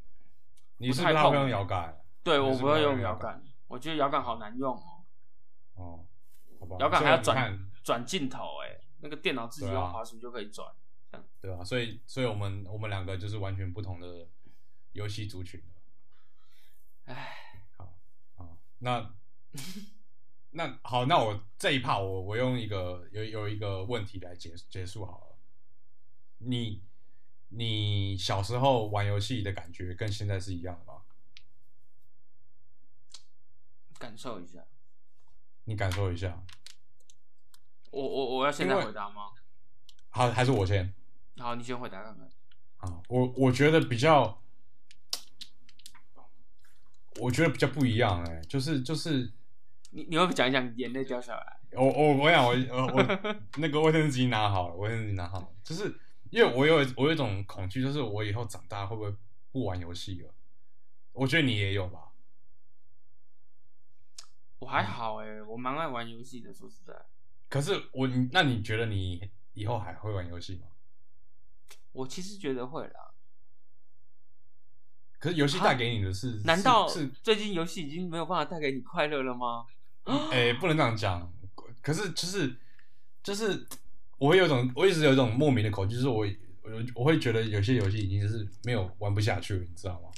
[SPEAKER 1] 你是
[SPEAKER 2] 不太
[SPEAKER 1] 太会
[SPEAKER 2] 碰
[SPEAKER 1] 用摇杆
[SPEAKER 2] 对，
[SPEAKER 1] 你
[SPEAKER 2] 我
[SPEAKER 1] 是
[SPEAKER 2] 不
[SPEAKER 1] 不
[SPEAKER 2] 会
[SPEAKER 1] 会
[SPEAKER 2] 用
[SPEAKER 1] 用
[SPEAKER 2] 摇
[SPEAKER 1] 摇杆
[SPEAKER 2] 杆，我觉得摇杆好难用哦，
[SPEAKER 1] 哦，好吧，
[SPEAKER 2] 摇
[SPEAKER 1] 所
[SPEAKER 2] 杆
[SPEAKER 1] 以
[SPEAKER 2] 还要
[SPEAKER 1] 你
[SPEAKER 2] 转
[SPEAKER 1] 看
[SPEAKER 2] 转镜头哎、那个电脑自己
[SPEAKER 1] 对啊
[SPEAKER 2] 用滑鼠就可以转。
[SPEAKER 1] 对啊，所以所以我们我们两个就是完全不同的游戏族群的
[SPEAKER 2] 唉，
[SPEAKER 1] 啊。那那好，那我这一趴我我用一个有有一个问题来结结束好了。你你小时候玩游戏的感觉跟现在是一样的吗？
[SPEAKER 2] 感受一下，
[SPEAKER 1] 你感受一下。
[SPEAKER 2] 我我我要现
[SPEAKER 1] 因
[SPEAKER 2] 在
[SPEAKER 1] 为
[SPEAKER 2] 回答吗？
[SPEAKER 1] 好，还是我先
[SPEAKER 2] 好，你先回答看看。
[SPEAKER 1] 啊。我我觉得比较，我觉得比较不一样哎、就是就是
[SPEAKER 2] 你你会不会讲一讲，眼泪掉下来。
[SPEAKER 1] 我我我想我呃 我那个卫生纸拿好了，卫生纸拿好了，就是因为我有我有一种恐惧，就是我以后长大会不会不玩游戏了？我觉得你也有吧？
[SPEAKER 2] 我还好哎、我蛮爱玩游戏的，说实在，
[SPEAKER 1] 可是我你那你觉得你以后还会玩游戏吗？
[SPEAKER 2] 我其实觉得会啦。
[SPEAKER 1] 可是游戏带给你的是，是
[SPEAKER 2] 啊难道
[SPEAKER 1] 是
[SPEAKER 2] 最近游戏已经没有办法带给你快乐了吗？
[SPEAKER 1] 哎、不能这样讲。可是就是就是，我会有一种我一直有一种莫名的恐惧，就是我我我会觉得有些游戏已经是没有玩不下去了，你知道吗？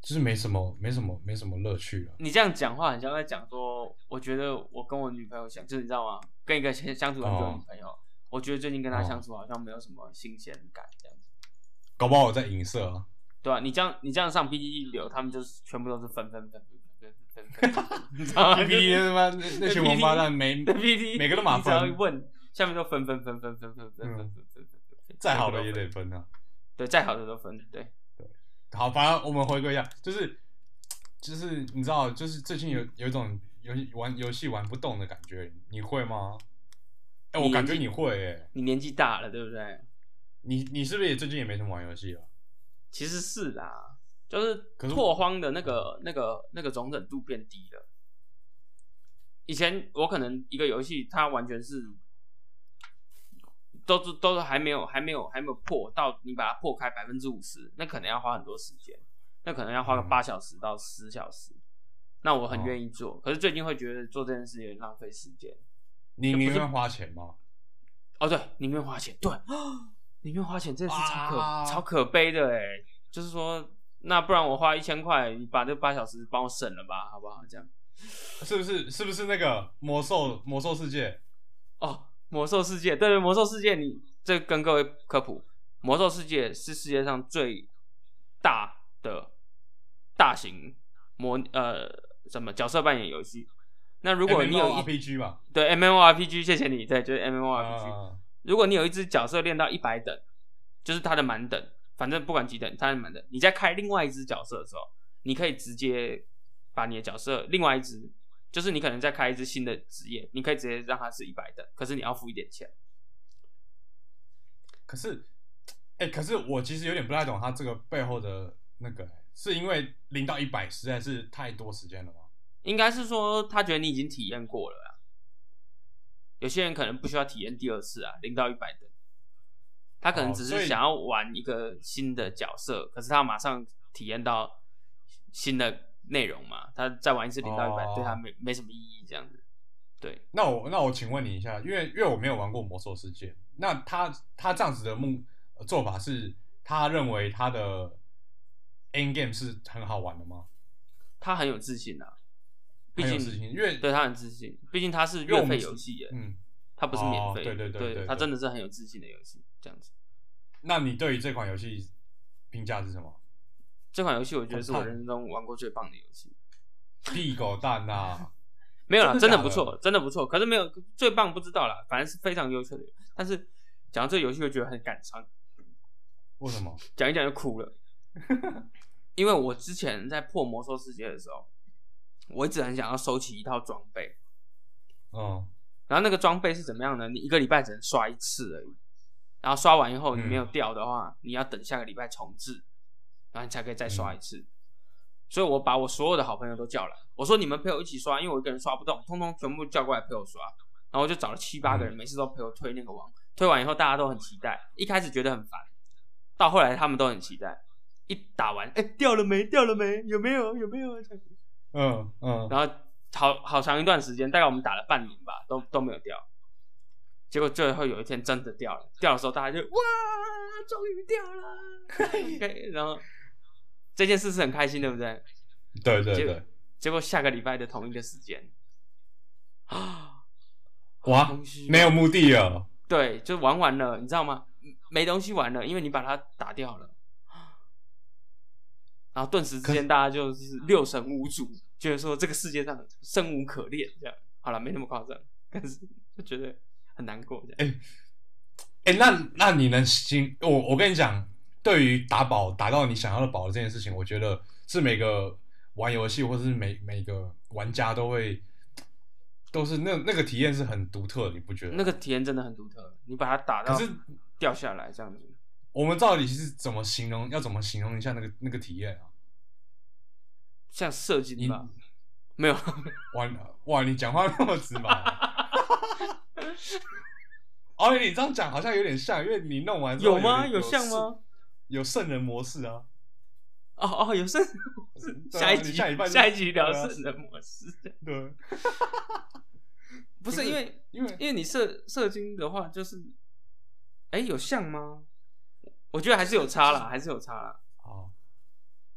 [SPEAKER 1] 就是没什么没什么没什么乐趣了。
[SPEAKER 2] 你这样讲话，很像在讲说，我觉得我跟我女朋友相，就是你知道吗？跟一个相相处很久的
[SPEAKER 1] 哦
[SPEAKER 2] 女朋友，我觉得最近跟她
[SPEAKER 1] 哦
[SPEAKER 2] 相处好像没有什么新鲜感，这样子，
[SPEAKER 1] 搞不好我在影射啊。
[SPEAKER 2] 对啊，你这样你这样上 PPT 流，他们就是全部都是分分分分分分分分，你知道吗
[SPEAKER 1] PPT 他妈那那群王八蛋 没
[SPEAKER 2] PPT
[SPEAKER 1] 每个都马
[SPEAKER 2] 你只要一
[SPEAKER 1] 分，
[SPEAKER 2] 问，下面都分分分分分分分分分分分，
[SPEAKER 1] 再好的也得分啊。
[SPEAKER 2] 对，再好的都分，对，
[SPEAKER 1] 好，反正我们回归一下，就是就是你知道，就是最近有有一种游戏玩游戏玩不动的感觉，你会吗？哎、我
[SPEAKER 2] 你
[SPEAKER 1] 感觉
[SPEAKER 2] 年纪
[SPEAKER 1] 你会哎、
[SPEAKER 2] 你年纪大了，对不对？
[SPEAKER 1] 你你是不是也最近也没什么玩游戏了？
[SPEAKER 2] 其实是啦，就是
[SPEAKER 1] 可是
[SPEAKER 2] 拓荒的那个、那个、那个容忍度变低了。以前我可能一个游戏，它完全是都是都是还没有、还没有、还没有破到你把它破开百分之五十，那可能要花很多时间，那可能要花个
[SPEAKER 1] 嗯
[SPEAKER 2] 八小时到十小时。那我很
[SPEAKER 1] 哦
[SPEAKER 2] 愿意做，可是最近会觉得做这件事有点浪费时间。
[SPEAKER 1] 你
[SPEAKER 2] 这不
[SPEAKER 1] 宁
[SPEAKER 2] 是
[SPEAKER 1] 愿花钱吗？
[SPEAKER 2] 哦，对，宁愿花钱，对，宁愿花钱，这是超可、欸
[SPEAKER 1] 啊
[SPEAKER 2] 超可悲的哎。就是说，那不然我花一千块，你把这八小时帮我省了吧，好不好？这样
[SPEAKER 1] 是不是是不是那个魔兽魔兽世界？
[SPEAKER 2] 哦，魔兽世界，对对，魔兽世界你，这跟各位科普，魔兽世界是世界上最大的大型模呃什么角色扮演游戏。那如果你有一
[SPEAKER 1] RPG 嘛，
[SPEAKER 2] 对 M M O R P G，谢谢你，对，就是 M M O R P G、
[SPEAKER 1] 啊
[SPEAKER 2] 如果你有一只角色练到一百等，就是它的满等，反正不管几等，它的满等。你在开另外一只角色的时候，你可以直接把你的角色另外一只，就是你可能再开一只新的职业，你可以直接让它是一百等，可是你要付一点钱。
[SPEAKER 1] 可是，哎、可是我其实有点不太懂它这个背后的那个，欸是因为零到一百实在是太多时间了吗？
[SPEAKER 2] 应该是说他觉得你已经体验过了啦。有些人可能不需要体验第二次啊，零到一百等，他可能
[SPEAKER 1] 哦
[SPEAKER 2] 只
[SPEAKER 1] 所
[SPEAKER 2] 是
[SPEAKER 1] 以
[SPEAKER 2] 想要玩一个新的角色，可是他马上体验到新的内容嘛，他再玩一次零到一百、
[SPEAKER 1] 哦
[SPEAKER 2] 对他没没什么意义这样子。对，
[SPEAKER 1] 那我那我请问你一下，因为因为我没有玩过魔兽世界，那他他这样子的目呃做法是，他认为他的 end game 是很好玩的吗？
[SPEAKER 2] 他很有自信啊，毕
[SPEAKER 1] 很有
[SPEAKER 2] 竟
[SPEAKER 1] 自信，因为
[SPEAKER 2] 对他很自信，毕竟他是
[SPEAKER 1] 因为我
[SPEAKER 2] 月
[SPEAKER 1] 们
[SPEAKER 2] 费
[SPEAKER 1] 是
[SPEAKER 2] 游戏耶，
[SPEAKER 1] 嗯，
[SPEAKER 2] 他不是免
[SPEAKER 1] 哦
[SPEAKER 2] 费的、
[SPEAKER 1] 对对对对对
[SPEAKER 2] 他真的是很有自信的游戏这样子。
[SPEAKER 1] 那你对于这款游戏评价是什么？
[SPEAKER 2] 这款游戏我觉得是我
[SPEAKER 1] 很棒
[SPEAKER 2] 人生中玩过最棒的游戏。
[SPEAKER 1] 屁狗蛋啊呐、
[SPEAKER 2] 没有啦，真
[SPEAKER 1] 真的假
[SPEAKER 2] 的不
[SPEAKER 1] 的
[SPEAKER 2] 错，真的不错。可是没有最棒不知道啦，反正是非常优秀的。但是讲到这个游戏，我觉得很感伤，
[SPEAKER 1] 为什么？
[SPEAKER 2] 讲一讲就哭了。因为我之前在破魔兽世界的时候，我一直很想要收集一套装备，
[SPEAKER 1] 嗯，
[SPEAKER 2] 然后那个装备是怎么样呢？你一个礼拜只能刷一次而已，然后刷完以后你没有掉的话，你要等下个礼拜重置，然后你才可以再刷一次。所以我把我所有的好朋友都叫来，我说你们陪我一起刷，因为我一个人刷不动，通通全部叫过来陪我刷。然后我就找了七八个人，每次都陪我推那个王，推完以后大家都很期待，一开始觉得很烦，到后来他们都很期待。一打完，哎、掉了没？掉了没？有没有？有没有？这样
[SPEAKER 1] 嗯嗯，
[SPEAKER 2] 然后好好长一段时间，大概我们打了半年吧，都都没有掉。结果最后有一天真的掉了，掉的时候大家就哇，终于掉了，OK，然 后这件事是很开心，对不对？
[SPEAKER 1] 对对
[SPEAKER 2] 结
[SPEAKER 1] 对，
[SPEAKER 2] 结果下个礼拜的同一个时间， 啊，
[SPEAKER 1] 哇
[SPEAKER 2] 东西
[SPEAKER 1] 没有目的了，
[SPEAKER 2] 对，就玩完了，你知道吗？没东西玩了，因为你把它打掉了，然后顿时之
[SPEAKER 1] 可是
[SPEAKER 2] 间大家就是六神无主，觉得说这个世界上生无可恋，这样好了，没那么夸张，但是就觉得很难过，这样
[SPEAKER 1] 哎、那那你能行？我我跟你讲，对于打宝打到你想要的宝这件事情，我觉得是每个玩游戏或是每每个玩家都会都是那那个体验是很独特的，你不觉得？
[SPEAKER 2] 那个体验真的很独特。你把它打到
[SPEAKER 1] 可是
[SPEAKER 2] 掉下来这样子，
[SPEAKER 1] 我们到底是怎么形容？要怎么形容一下那个那个体验啊？
[SPEAKER 2] 像射
[SPEAKER 1] 你
[SPEAKER 2] 精吧？没有，
[SPEAKER 1] 哇哇，你讲话那么直白、 哦，你这样讲好像有点像，因为你弄完之后
[SPEAKER 2] 有吗？
[SPEAKER 1] 有
[SPEAKER 2] 像吗？？
[SPEAKER 1] 有圣人模式啊，
[SPEAKER 2] 哦哦，有圣，
[SPEAKER 1] 对啊
[SPEAKER 2] 下一
[SPEAKER 1] 你
[SPEAKER 2] 集
[SPEAKER 1] 下一半就
[SPEAKER 2] 下一集聊
[SPEAKER 1] 对啊
[SPEAKER 2] 圣人模式，
[SPEAKER 1] 对，
[SPEAKER 2] 不
[SPEAKER 1] 不
[SPEAKER 2] 是
[SPEAKER 1] 是
[SPEAKER 2] 因为。
[SPEAKER 1] 因为
[SPEAKER 2] 因为你射射精的话，就是，哎、有像吗？我觉得还是有差啦，还是有差啦。
[SPEAKER 1] 哦，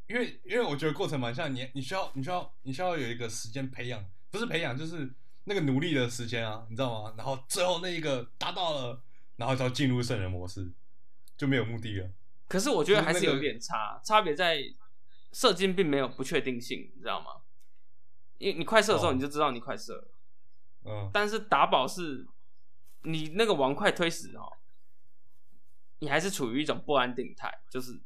[SPEAKER 1] 因为因为我觉得过程蛮像你，你需要你需要你需要有一个时间培养，不是培养就是那个努力的时间啊，你知道吗？然后最后那一个达到了，然后就要进入圣人模式，就没有目的了。
[SPEAKER 2] 可是我觉得还是
[SPEAKER 1] 就是那个
[SPEAKER 2] 有点差，差别在射精并没有不确定性，你知道吗？因为你快射的时候
[SPEAKER 1] 哦
[SPEAKER 2] 你就知道你快射了，
[SPEAKER 1] 嗯，
[SPEAKER 2] 但是打宝是，你那个王快推死哦，你还是处于一种不安定态，就是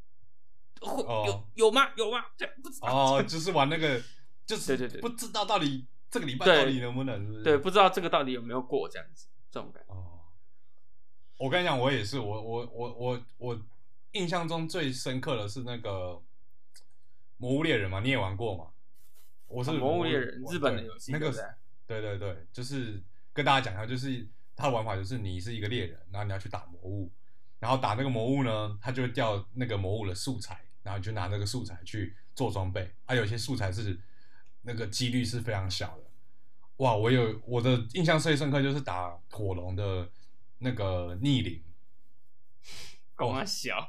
[SPEAKER 2] 会、
[SPEAKER 1] 哦
[SPEAKER 2] 有有吗？有吗？这样不知道。
[SPEAKER 1] 哦，就是玩那个，就是
[SPEAKER 2] 对对对
[SPEAKER 1] 不知道到底这个礼拜
[SPEAKER 2] 对
[SPEAKER 1] 到底能不能，是不是
[SPEAKER 2] 对，不知道这个到底有没有过这样子，这种感觉。
[SPEAKER 1] 哦，我跟你讲，我也是，我我我我我印象中最深刻的是那个《魔物猎人》嘛，你也玩过嘛？我是
[SPEAKER 2] 啊魔物猎人
[SPEAKER 1] 我
[SPEAKER 2] 日本的游戏
[SPEAKER 1] 对那个
[SPEAKER 2] 对不
[SPEAKER 1] 对对对，就是跟大家讲一下，就是它的玩法就是你是一个猎人，然后你要去打魔物，然后打那个魔物呢，它就会掉那个魔物的素材，然后你就拿那个素材去做装备，啊，有些素材是那个几率是非常小的。哇，我有我的印象最深刻就是打火龙的那个逆鳞，
[SPEAKER 2] 狗啊小，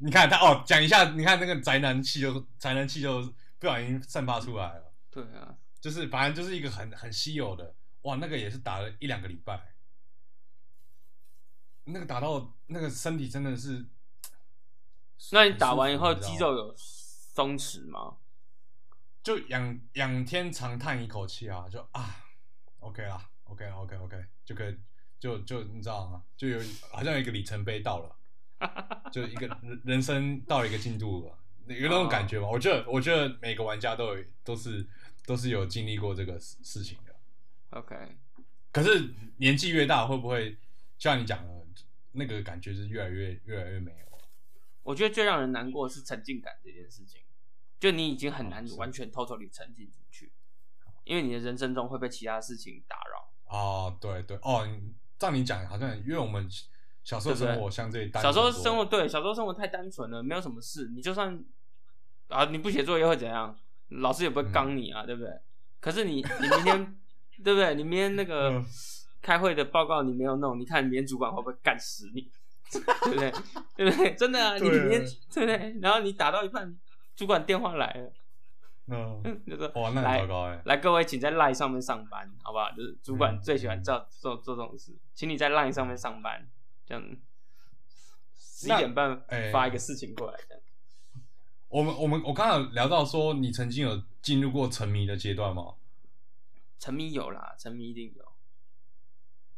[SPEAKER 1] 你看他哦，讲一下，你看那个宅男气就宅男气就不小心散发出来了，
[SPEAKER 2] 对啊，
[SPEAKER 1] 就是反正就是一个很很稀有的，哇，那个也是打了一两个礼拜，那个打到那个身体真的是，
[SPEAKER 2] 那你打完以后
[SPEAKER 1] 很舒服
[SPEAKER 2] 肌
[SPEAKER 1] 你知道
[SPEAKER 2] 肉
[SPEAKER 1] 吗
[SPEAKER 2] 有松弛吗？
[SPEAKER 1] 就仰仰天长叹一口气啊，就啊，OK 啦，OK 啦，OK OK，就可以就就你知道吗？就有好像有一个里程碑到了。就一个人人生到了一个进度了，有那种感觉吗？我觉得，我觉得每个玩家都有，都是都是有经历过这个事事情的。
[SPEAKER 2] OK，
[SPEAKER 1] 可是年纪越大，会不会像你讲的，那个感觉是越来越越来越没有了？
[SPEAKER 2] 我觉得最让人难过的是沉浸感这件事情，就你已经很难
[SPEAKER 1] 哦是
[SPEAKER 2] 完全 totally 沉浸进去，因为你的人生中会被其他事情打扰。
[SPEAKER 1] 哦，对对，哦，你照你讲，好像因为我们小时候
[SPEAKER 2] 对不对
[SPEAKER 1] 生活像这单
[SPEAKER 2] 小
[SPEAKER 1] 纯多
[SPEAKER 2] 时候
[SPEAKER 1] 了，
[SPEAKER 2] 生活对，小时候生活太单纯了，没有什么事，你就算啊你不写作业会怎样，老师也
[SPEAKER 1] 嗯
[SPEAKER 2] 不会刚你啊，对不对？可是你你明天对不对？你明天那个
[SPEAKER 1] 嗯
[SPEAKER 2] 开会的报告你没有弄，你看明天主管会不会干死你？ 对不对？对不对？真的啊，你
[SPEAKER 1] 对
[SPEAKER 2] 明天对不对？然后你打到一半，主管电话来了，
[SPEAKER 1] 嗯，
[SPEAKER 2] 就说
[SPEAKER 1] 哇，那
[SPEAKER 2] 来
[SPEAKER 1] 很糟糕哎，
[SPEAKER 2] 来，各位，请在 LINE 上面上班，好不好？就是主管
[SPEAKER 1] 嗯
[SPEAKER 2] 最喜欢做、做做这种事，请你在 LINE 上面上班，这样十一
[SPEAKER 1] 那
[SPEAKER 2] 点半
[SPEAKER 1] 哎
[SPEAKER 2] 发一个事情过来，这样。
[SPEAKER 1] 我们我们我刚刚有聊到说，你曾经有进入过沉迷的阶段吗？
[SPEAKER 2] 沉迷有啦，沉迷一定有。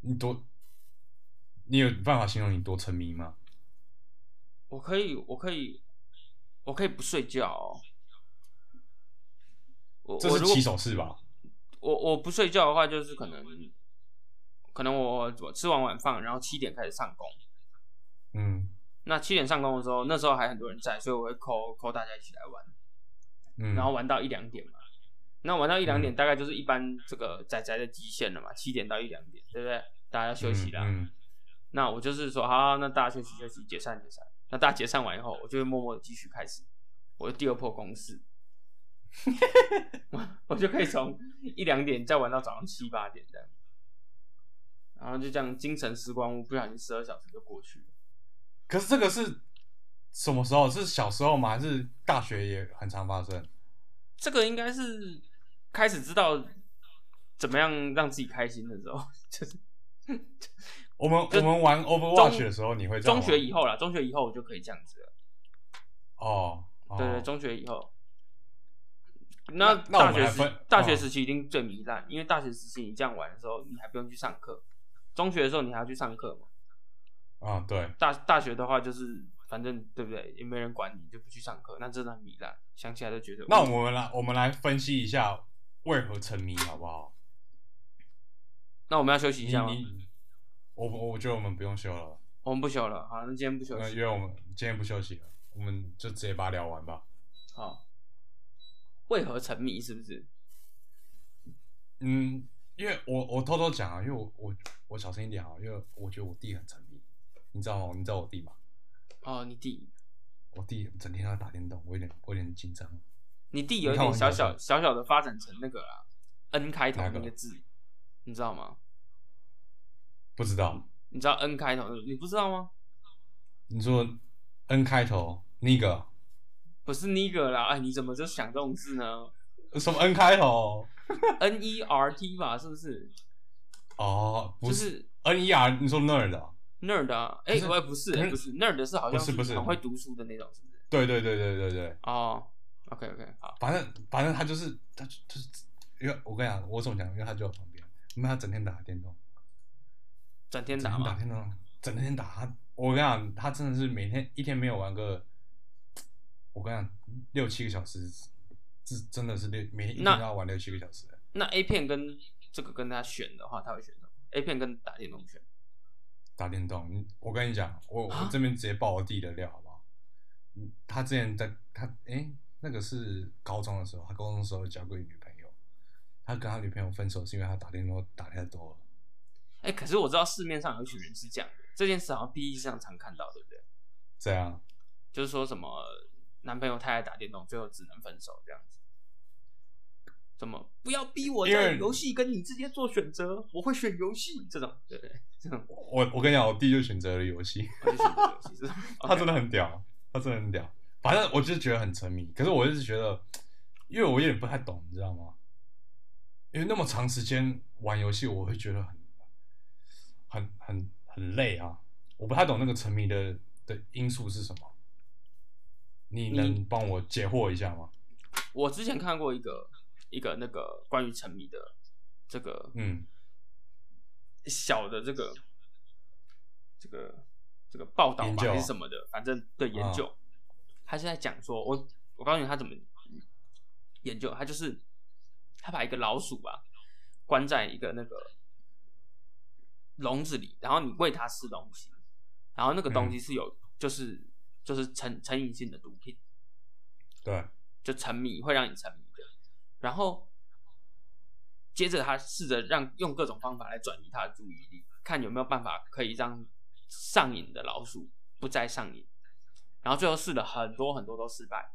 [SPEAKER 1] 你多，你有办法形容你多沉迷吗？
[SPEAKER 2] 我可以，我可以，我可以不睡觉、哦。我
[SPEAKER 1] 这
[SPEAKER 2] 我
[SPEAKER 1] 是
[SPEAKER 2] 如果
[SPEAKER 1] 起手式吧？
[SPEAKER 2] 我我不睡觉的话，就是可能可能我我吃完晚饭，然后七点开始上工。
[SPEAKER 1] 嗯
[SPEAKER 2] 那七点上工的时候，那时候还很多人在，所以我会 call call 大家一起来玩。
[SPEAKER 1] 嗯，
[SPEAKER 2] 然后玩到一两点嘛。那玩到一两点，
[SPEAKER 1] 嗯
[SPEAKER 2] 大概就是一般这个仔仔的极限了嘛，七点到一两点，对不对？大家要休息啦。
[SPEAKER 1] 嗯
[SPEAKER 2] 那我就是说，好，那大家休息休息，解散解散。那大家解散完以后，我就会默默的继续开始我的第二波攻势， 我我就可以从一两点再玩到早上七八点这样，然后就这样精神时光屋，不小心十二小时就过去了。
[SPEAKER 1] 可是这个是什么时候？是小时候吗？还是大学也很常发生？
[SPEAKER 2] 这个应该是开始知道怎么样让自己开心的时候，就是
[SPEAKER 1] 我们
[SPEAKER 2] 就
[SPEAKER 1] 我们玩 Overwatch 的时候，你会这样
[SPEAKER 2] 中
[SPEAKER 1] 吗
[SPEAKER 2] 学以后啦，中学以后我就可以这样子了。
[SPEAKER 1] 哦，哦
[SPEAKER 2] 对对，中学以后。
[SPEAKER 1] 那那我
[SPEAKER 2] 大
[SPEAKER 1] 们
[SPEAKER 2] 学
[SPEAKER 1] 还
[SPEAKER 2] 时
[SPEAKER 1] 分
[SPEAKER 2] 大学
[SPEAKER 1] 哦
[SPEAKER 2] 时期一定最糜烂，因为大学时期你这样玩的时候，你还不用去上课；中学的时候你还要去上课嘛。
[SPEAKER 1] 啊、对，
[SPEAKER 2] 大大学的话就是反正对不对，也没人管你，就不去上课，那真的很糜烂。想起来都觉得。嗯
[SPEAKER 1] 那我们来我们来分析一下为何沉迷好不好？
[SPEAKER 2] 那我们要休息一
[SPEAKER 1] 你
[SPEAKER 2] 下吗？
[SPEAKER 1] 你，我我觉得我们不用休了，
[SPEAKER 2] 我们不休了，好，那今天不休
[SPEAKER 1] 那因
[SPEAKER 2] 息。
[SPEAKER 1] 为我们今天不休息了，我们就直接把它聊完吧。
[SPEAKER 2] 好，为何沉迷？是不是？
[SPEAKER 1] 嗯，因为我我偷偷讲啊，因为我我我小声一点啊，因为我觉得我弟很沉迷，你知道吗？你知道我弟吗？
[SPEAKER 2] 哦，你弟，
[SPEAKER 1] 我弟整天要打电动，我有点我有点紧张。
[SPEAKER 2] 你弟有一
[SPEAKER 1] 你看
[SPEAKER 2] 点
[SPEAKER 1] 我
[SPEAKER 2] 小
[SPEAKER 1] 鸟
[SPEAKER 2] 小
[SPEAKER 1] 叫
[SPEAKER 2] 小小的发展成那个啦，N 开头
[SPEAKER 1] 哪
[SPEAKER 2] 那
[SPEAKER 1] 个
[SPEAKER 2] 个字，你知道吗？
[SPEAKER 1] 不知道
[SPEAKER 2] 你知道 N 开头的，你不知道吗？
[SPEAKER 1] 你说 N 开头那个
[SPEAKER 2] 不是 nigger 啦，哎，你怎么就想这种字呢
[SPEAKER 1] 什么 N 开头？
[SPEAKER 2] ？N E R T 吧，是不是？
[SPEAKER 1] 哦，不
[SPEAKER 2] 就是是
[SPEAKER 1] N E R，你说那儿的？
[SPEAKER 2] nerd 啊，哎，
[SPEAKER 1] 不是
[SPEAKER 2] 喂，不是，
[SPEAKER 1] 不是
[SPEAKER 2] 不是 nerd 是好像
[SPEAKER 1] 不是不是
[SPEAKER 2] 很会读书的那种，是不是？
[SPEAKER 1] 对对对对对对，
[SPEAKER 2] 哦，OK OK，好，
[SPEAKER 1] 反正反正他就是他就就是，因为我跟你讲，我怎么讲？因为他就在旁边，因为他整天打电动，
[SPEAKER 2] 转天
[SPEAKER 1] 整
[SPEAKER 2] 打
[SPEAKER 1] 天打
[SPEAKER 2] 嘛，
[SPEAKER 1] 电动，整天打。他我跟你讲，他真的是每天一天没有玩个，我跟你讲六七个小时，这真的是六每天一
[SPEAKER 2] 那
[SPEAKER 1] 天都要玩六七个小时。
[SPEAKER 2] 那 A 片跟这个跟他选的话，他会选什么？A 片跟打电动选，
[SPEAKER 1] 打电动。你我跟你讲，我
[SPEAKER 2] 啊
[SPEAKER 1] 我这边直接爆我弟的料好不好？嗯他之前在他诶，那个是高中的时候，他高中的时候交过一个女朋友，他跟他女朋友分手是因为他打电动打太多了。
[SPEAKER 2] 哎，可是我知道市面上有一群人是这样的，这件事好像 PE 上常看到，对不对？
[SPEAKER 1] 这样，
[SPEAKER 2] 就是说什么男朋友太爱打电动，最后只能分手这样子，怎么不要逼我
[SPEAKER 1] 因
[SPEAKER 2] 在
[SPEAKER 1] 为
[SPEAKER 2] 游戏跟你之间做选择，我会选游戏这种，对不对？这种
[SPEAKER 1] 我我跟你讲，我弟就选择了游戏，，
[SPEAKER 2] 我就选择游戏这 种
[SPEAKER 1] 他真的很屌，他真的很屌。反正我就是觉得很沉迷，可是我就是觉得，因为我有点不太懂，你知道吗？因为那么长时间玩游戏，我会觉得很很很很累啊。我不太懂那个沉迷的的因素是什么，你能帮我解惑一下吗？
[SPEAKER 2] 我之前看过一个一个那个关于沉迷的这个
[SPEAKER 1] 嗯
[SPEAKER 2] 小的这个这个这个报道
[SPEAKER 1] 研
[SPEAKER 2] 吧
[SPEAKER 1] 究啊
[SPEAKER 2] 还是什么的，反正对研究，他是在讲说，我我告诉你他怎么研究，他就是他把一个老鼠啊关在一个那个笼子里，然后你喂它吃东西，然后那个东
[SPEAKER 1] 嗯
[SPEAKER 2] 西是有、就是就是成成瘾性的毒品，
[SPEAKER 1] 对，
[SPEAKER 2] 就沉迷，会让你沉迷的。然后接着他试着让用各种方法来转移他的注意力，看有没有办法可以让上瘾的老鼠不再上瘾。然后最后试了很多很多都失败，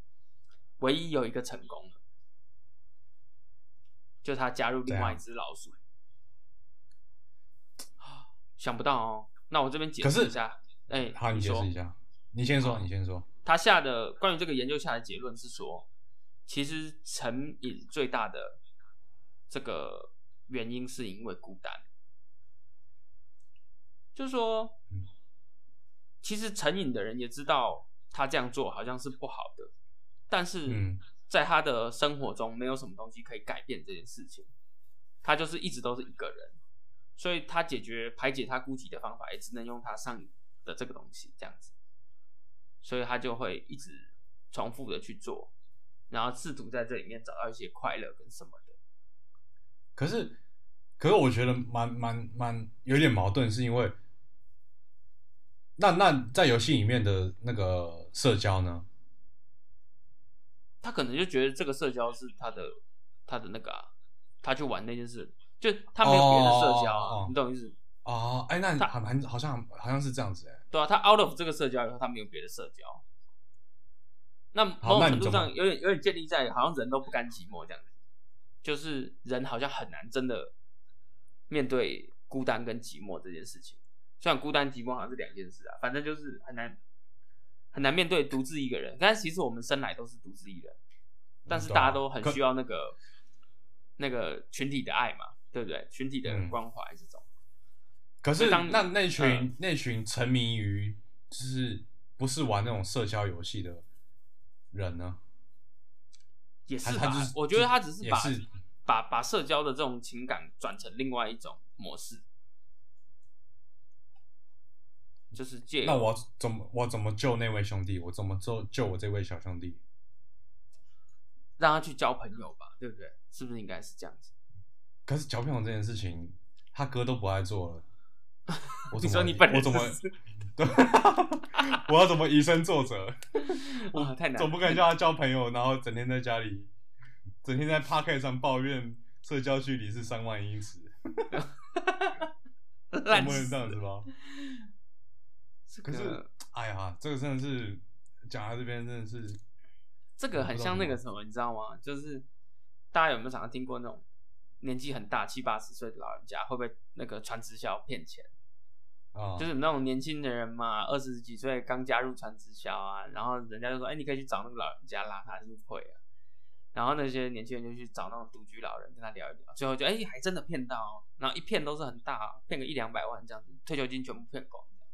[SPEAKER 2] 唯一有一个成功的，就是他加入另外一只老鼠。 想不到哦，那我这边解
[SPEAKER 1] 可
[SPEAKER 2] 释
[SPEAKER 1] 是
[SPEAKER 2] 一下。哎，
[SPEAKER 1] 好，你解
[SPEAKER 2] 说
[SPEAKER 1] 释一下，你先说，你先说。
[SPEAKER 2] 他下的关于这个研究下的结论是说，其实成瘾最大的这个原因是因为孤单，就是说
[SPEAKER 1] 嗯，
[SPEAKER 2] 其实成瘾的人也知道他这样做好像是不好的，但是
[SPEAKER 1] 嗯
[SPEAKER 2] 在他的生活中没有什么东西可以改变这件事情，他就是一直都是一个人，所以他解决排解他孤寂的方法也只能用他上瘾的这个东西这样子。所以他就会一直重复的去做，然后试图在这里面找到一些快乐跟什么的。
[SPEAKER 1] 可是，可是我觉得蛮蛮蛮有点矛盾，是因为那那在游戏里面的那个社交呢？
[SPEAKER 2] 他可能就觉得这个社交是他的他的那个啊，他去玩那件事，就他没有别的社交啊，
[SPEAKER 1] 哦哦哦
[SPEAKER 2] 你懂我意思？
[SPEAKER 1] 哦，哎，那
[SPEAKER 2] 他
[SPEAKER 1] 还蛮好像好像是这样子哎。
[SPEAKER 2] 对啊，他 out of 这个社交以后，他没有别的社交。那某
[SPEAKER 1] 好
[SPEAKER 2] 种
[SPEAKER 1] 那你
[SPEAKER 2] 程度
[SPEAKER 1] 怎么
[SPEAKER 2] 上有点有点建立在好像人都不甘寂寞这样子，就是人好像很难真的面对孤单跟寂寞这件事情。虽然孤单寂寞好像是两件事啊，反正就是很难很难面对独自一个人。但是其实我们生来都是独自一人，但是
[SPEAKER 1] 嗯对啊
[SPEAKER 2] 大家都很
[SPEAKER 1] 可
[SPEAKER 2] 需要那个那个群体的爱嘛，对不对？群体的
[SPEAKER 1] 嗯
[SPEAKER 2] 关怀这种。
[SPEAKER 1] 可
[SPEAKER 2] 所
[SPEAKER 1] 是
[SPEAKER 2] 以当
[SPEAKER 1] 那那群、
[SPEAKER 2] 嗯
[SPEAKER 1] 那群沉迷于就是不是玩那种社交游戏的人呢？
[SPEAKER 2] 也
[SPEAKER 1] 还
[SPEAKER 2] 是
[SPEAKER 1] 是
[SPEAKER 2] 吧
[SPEAKER 1] 他就是，
[SPEAKER 2] 我觉得他只是
[SPEAKER 1] 也
[SPEAKER 2] 把
[SPEAKER 1] 是
[SPEAKER 2] 把把社交的这种情感转成另外一种模式，就是借
[SPEAKER 1] 那我怎么我怎么救那位兄弟？我怎么救救我这位小兄弟？
[SPEAKER 2] 让他去交朋友吧，对不对？是不是应该是这样子？
[SPEAKER 1] 可是交朋友这件事情，他哥都不爱做了。我
[SPEAKER 2] 你
[SPEAKER 1] 怎
[SPEAKER 2] 说
[SPEAKER 1] 么
[SPEAKER 2] 你本人
[SPEAKER 1] 我怎么
[SPEAKER 2] 是
[SPEAKER 1] 对，啊我要怎么以身作则？
[SPEAKER 2] 啊，太难了，
[SPEAKER 1] 总不可能叫他交朋友，然后整天在家里，整天在 p a r k 上抱怨社交距离是三万英尺，
[SPEAKER 2] 烂
[SPEAKER 1] 总不能
[SPEAKER 2] 死嗯
[SPEAKER 1] 这样子吧？
[SPEAKER 2] 这
[SPEAKER 1] 可是
[SPEAKER 2] 个，
[SPEAKER 1] 哎呀，这个真的是讲到这边真的是，
[SPEAKER 2] 这
[SPEAKER 1] 我
[SPEAKER 2] 个
[SPEAKER 1] 不
[SPEAKER 2] 很
[SPEAKER 1] 知道
[SPEAKER 2] 像那
[SPEAKER 1] 怎么
[SPEAKER 2] 个什么，你知道吗？就是大家有没有常常听过那种年纪很大七八十岁的老人家会被那个传直销骗钱？
[SPEAKER 1] 啊，
[SPEAKER 2] 就是那种年轻的人嘛，二十几岁刚加入传直销啊，然后人家就说，哎、你可以去找那个老人家拉他入会啊。然后那些年轻人就去找那种独居老人跟他聊一聊，最后就哎、还真的骗到、哦，然后一骗都是很大、哦，骗个一两百万这样子，退休金全部骗光这样。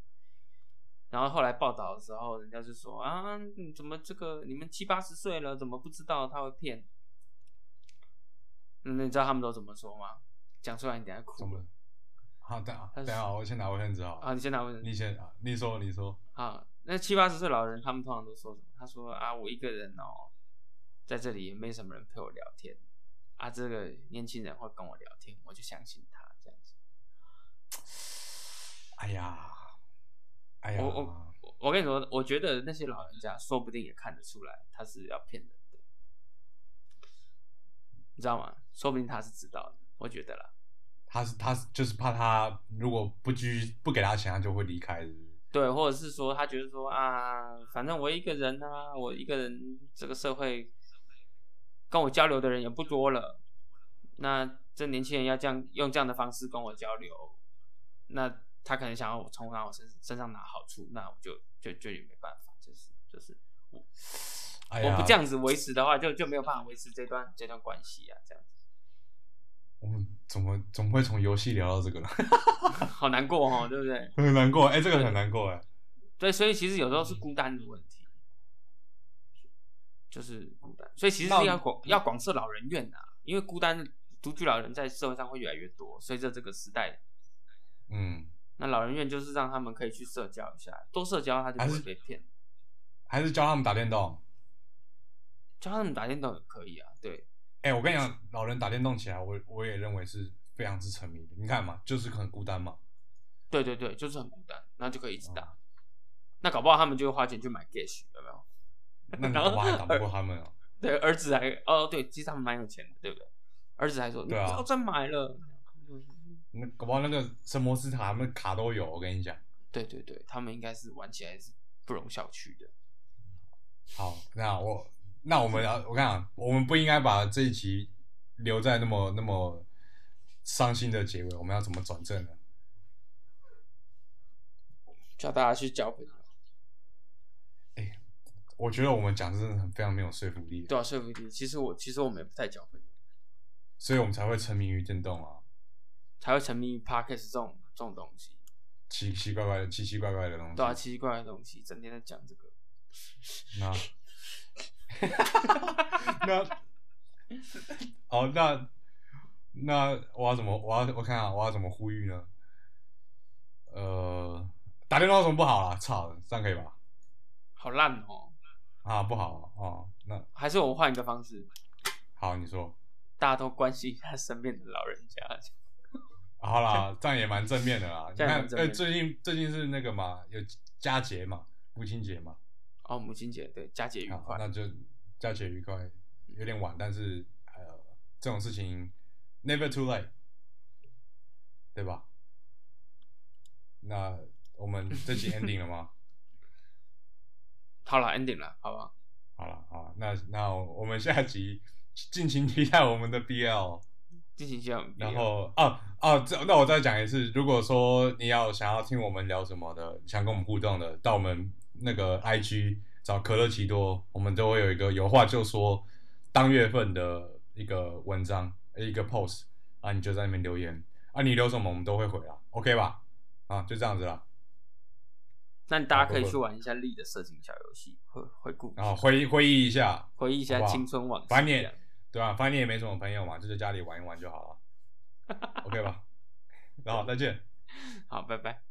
[SPEAKER 2] 然后后来报道的时候，人家就说啊，你怎么这个你们七八十岁了，怎么不知道他会骗？嗯，你知道他们都怎么说吗？讲出来你等一下
[SPEAKER 1] 怎
[SPEAKER 2] 哭了
[SPEAKER 1] 么？好，等啊
[SPEAKER 2] 他
[SPEAKER 1] 等
[SPEAKER 2] 是
[SPEAKER 1] 一下，我先拿卫生纸好了
[SPEAKER 2] 啊！你先拿卫生纸
[SPEAKER 1] 你先啊，你说你说，
[SPEAKER 2] 啊，那七八十岁老人他们通常都说什么？他说啊，我一个人哦，在这里也没什么人陪我聊天啊，这个年轻人会跟我聊天，我就相信他这样子。
[SPEAKER 1] 哎呀，哎呀，
[SPEAKER 2] 我我我我跟你说，我觉得那些老人家说不定也看得出来他是要骗人的，你知道吗？说不定他是知道的，我觉得啦。
[SPEAKER 1] 他是他是就是怕他如果不居不给他钱，他就会离开，是不是
[SPEAKER 2] 对，或者是说他觉得说啊，反正我一个人啊，我一个人这个社会跟我交流的人也不多了，那这年轻人要这样用这样的方式跟我交流，那他可能想要我从哪我身身上拿好处，那我就就就也没办法，就是就是我、
[SPEAKER 1] 哎呀
[SPEAKER 2] 我不这样子维持的话，就就没有办法维持这段这段关系啊，这样子
[SPEAKER 1] 我们怎么怎么会从游戏聊到这个呢？
[SPEAKER 2] 好难过哦，对不对？
[SPEAKER 1] 很难过，哎、这个很难过，哎，
[SPEAKER 2] 对，所以其实有时候
[SPEAKER 1] 嗯
[SPEAKER 2] 是孤单的问题，就是孤单。所以其实
[SPEAKER 1] 那
[SPEAKER 2] 是要广要广设老人院啊，因为孤单独居老人在社会上会越来越多，随着这个时代，
[SPEAKER 1] 嗯，
[SPEAKER 2] 那老人院就是让他们可以去社交一下，多社交他就
[SPEAKER 1] 还
[SPEAKER 2] 不会
[SPEAKER 1] 是
[SPEAKER 2] 被骗。
[SPEAKER 1] 还是教他们打电动。
[SPEAKER 2] 叫他们打电动也可以啊，对，
[SPEAKER 1] 哎、我跟你讲，老人打电动起来，我我也认为是非常之沉迷的。你看嘛，就是很孤单嘛。
[SPEAKER 2] 对对对，就是很孤单，然后就可以一直打。
[SPEAKER 1] 哦
[SPEAKER 2] 那搞不好他们就会花钱去买 Gash，有没有？
[SPEAKER 1] 那你
[SPEAKER 2] 然后
[SPEAKER 1] 干嘛还打不过他们啊？
[SPEAKER 2] 对，儿子还哦，对，其实他们蛮有钱的，对不对？儿子还说，
[SPEAKER 1] 对啊
[SPEAKER 2] 你不要再买了。
[SPEAKER 1] 那搞不好那个神魔斯塔他们卡都有，我跟你讲。
[SPEAKER 2] 对对对，他们应该是玩起来是不容小觑的。
[SPEAKER 1] 好，那我那我们要我跟你讲，我们不应该把这一集留在那么那么伤心的结尾，我们要怎么转正呢？
[SPEAKER 2] 叫大家去交朋友，
[SPEAKER 1] 我觉得我们讲真的很非常没有说服力，
[SPEAKER 2] 对啊，说服力。其实我其实我们也不太交朋友，
[SPEAKER 1] 所以我们才会沉迷于电动啊，
[SPEAKER 2] 才会沉迷于 podcast 这种这种东西，
[SPEAKER 1] 奇奇怪怪的奇奇怪怪的东西。
[SPEAKER 2] 对啊，奇奇怪怪的东西，整天在讲这个。
[SPEAKER 1] 那 那好，那那我要怎么我要我看啊，我要怎么呼吁呢？呃，打电话有什么不好啦？啊操，这样可以吧？
[SPEAKER 2] 好烂哦！
[SPEAKER 1] 啊，不好哦，那
[SPEAKER 2] 还是我换一个方式，
[SPEAKER 1] 好，你说。
[SPEAKER 2] 大家都关心一下身边的老人家。
[SPEAKER 1] 好啦，这样也蛮正面的 啦。你
[SPEAKER 2] 这样也
[SPEAKER 1] 看
[SPEAKER 2] 蛮，正
[SPEAKER 1] 呃，
[SPEAKER 2] 面
[SPEAKER 1] 最近最近是那个嘛，有佳节嘛，父亲节嘛，
[SPEAKER 2] 哦，母亲节对，佳节愉
[SPEAKER 1] 好，
[SPEAKER 2] 快。
[SPEAKER 1] 那就佳节愉快。有点晚，但是呃，这种事情 never too late，对吧？那我们这期 ending 了 吗？
[SPEAKER 2] 好了，ending 了，好不好？
[SPEAKER 1] 好了，好啦，那那我们下集 敬请期待我们的 BL。
[SPEAKER 2] 进行一下我们 BL。
[SPEAKER 1] 然后啊啊，这、那我再讲一次，如果说你要想要听我们聊什么的，想跟我们互动的，到我们那个 IG 找可乐奇多，我们都会有一个有话就说当月份的一个文章一个 post 啊，你就在那边留言啊，你留什么我们都会回啦，OK 吧？啊，就这样子啦。
[SPEAKER 2] 那大家可
[SPEAKER 1] 好
[SPEAKER 2] 以
[SPEAKER 1] 不不
[SPEAKER 2] 去玩一下力的色情小游戏，回回顾，
[SPEAKER 1] 然后啊回回忆一下，
[SPEAKER 2] 回忆一下
[SPEAKER 1] 好不好
[SPEAKER 2] 青春往事。
[SPEAKER 1] 反正你
[SPEAKER 2] 这
[SPEAKER 1] 也
[SPEAKER 2] 样
[SPEAKER 1] 对吧、反正你也没什么朋友嘛，就在 家里玩一玩就好了，OK 吧？然后再见。
[SPEAKER 2] 好，拜拜。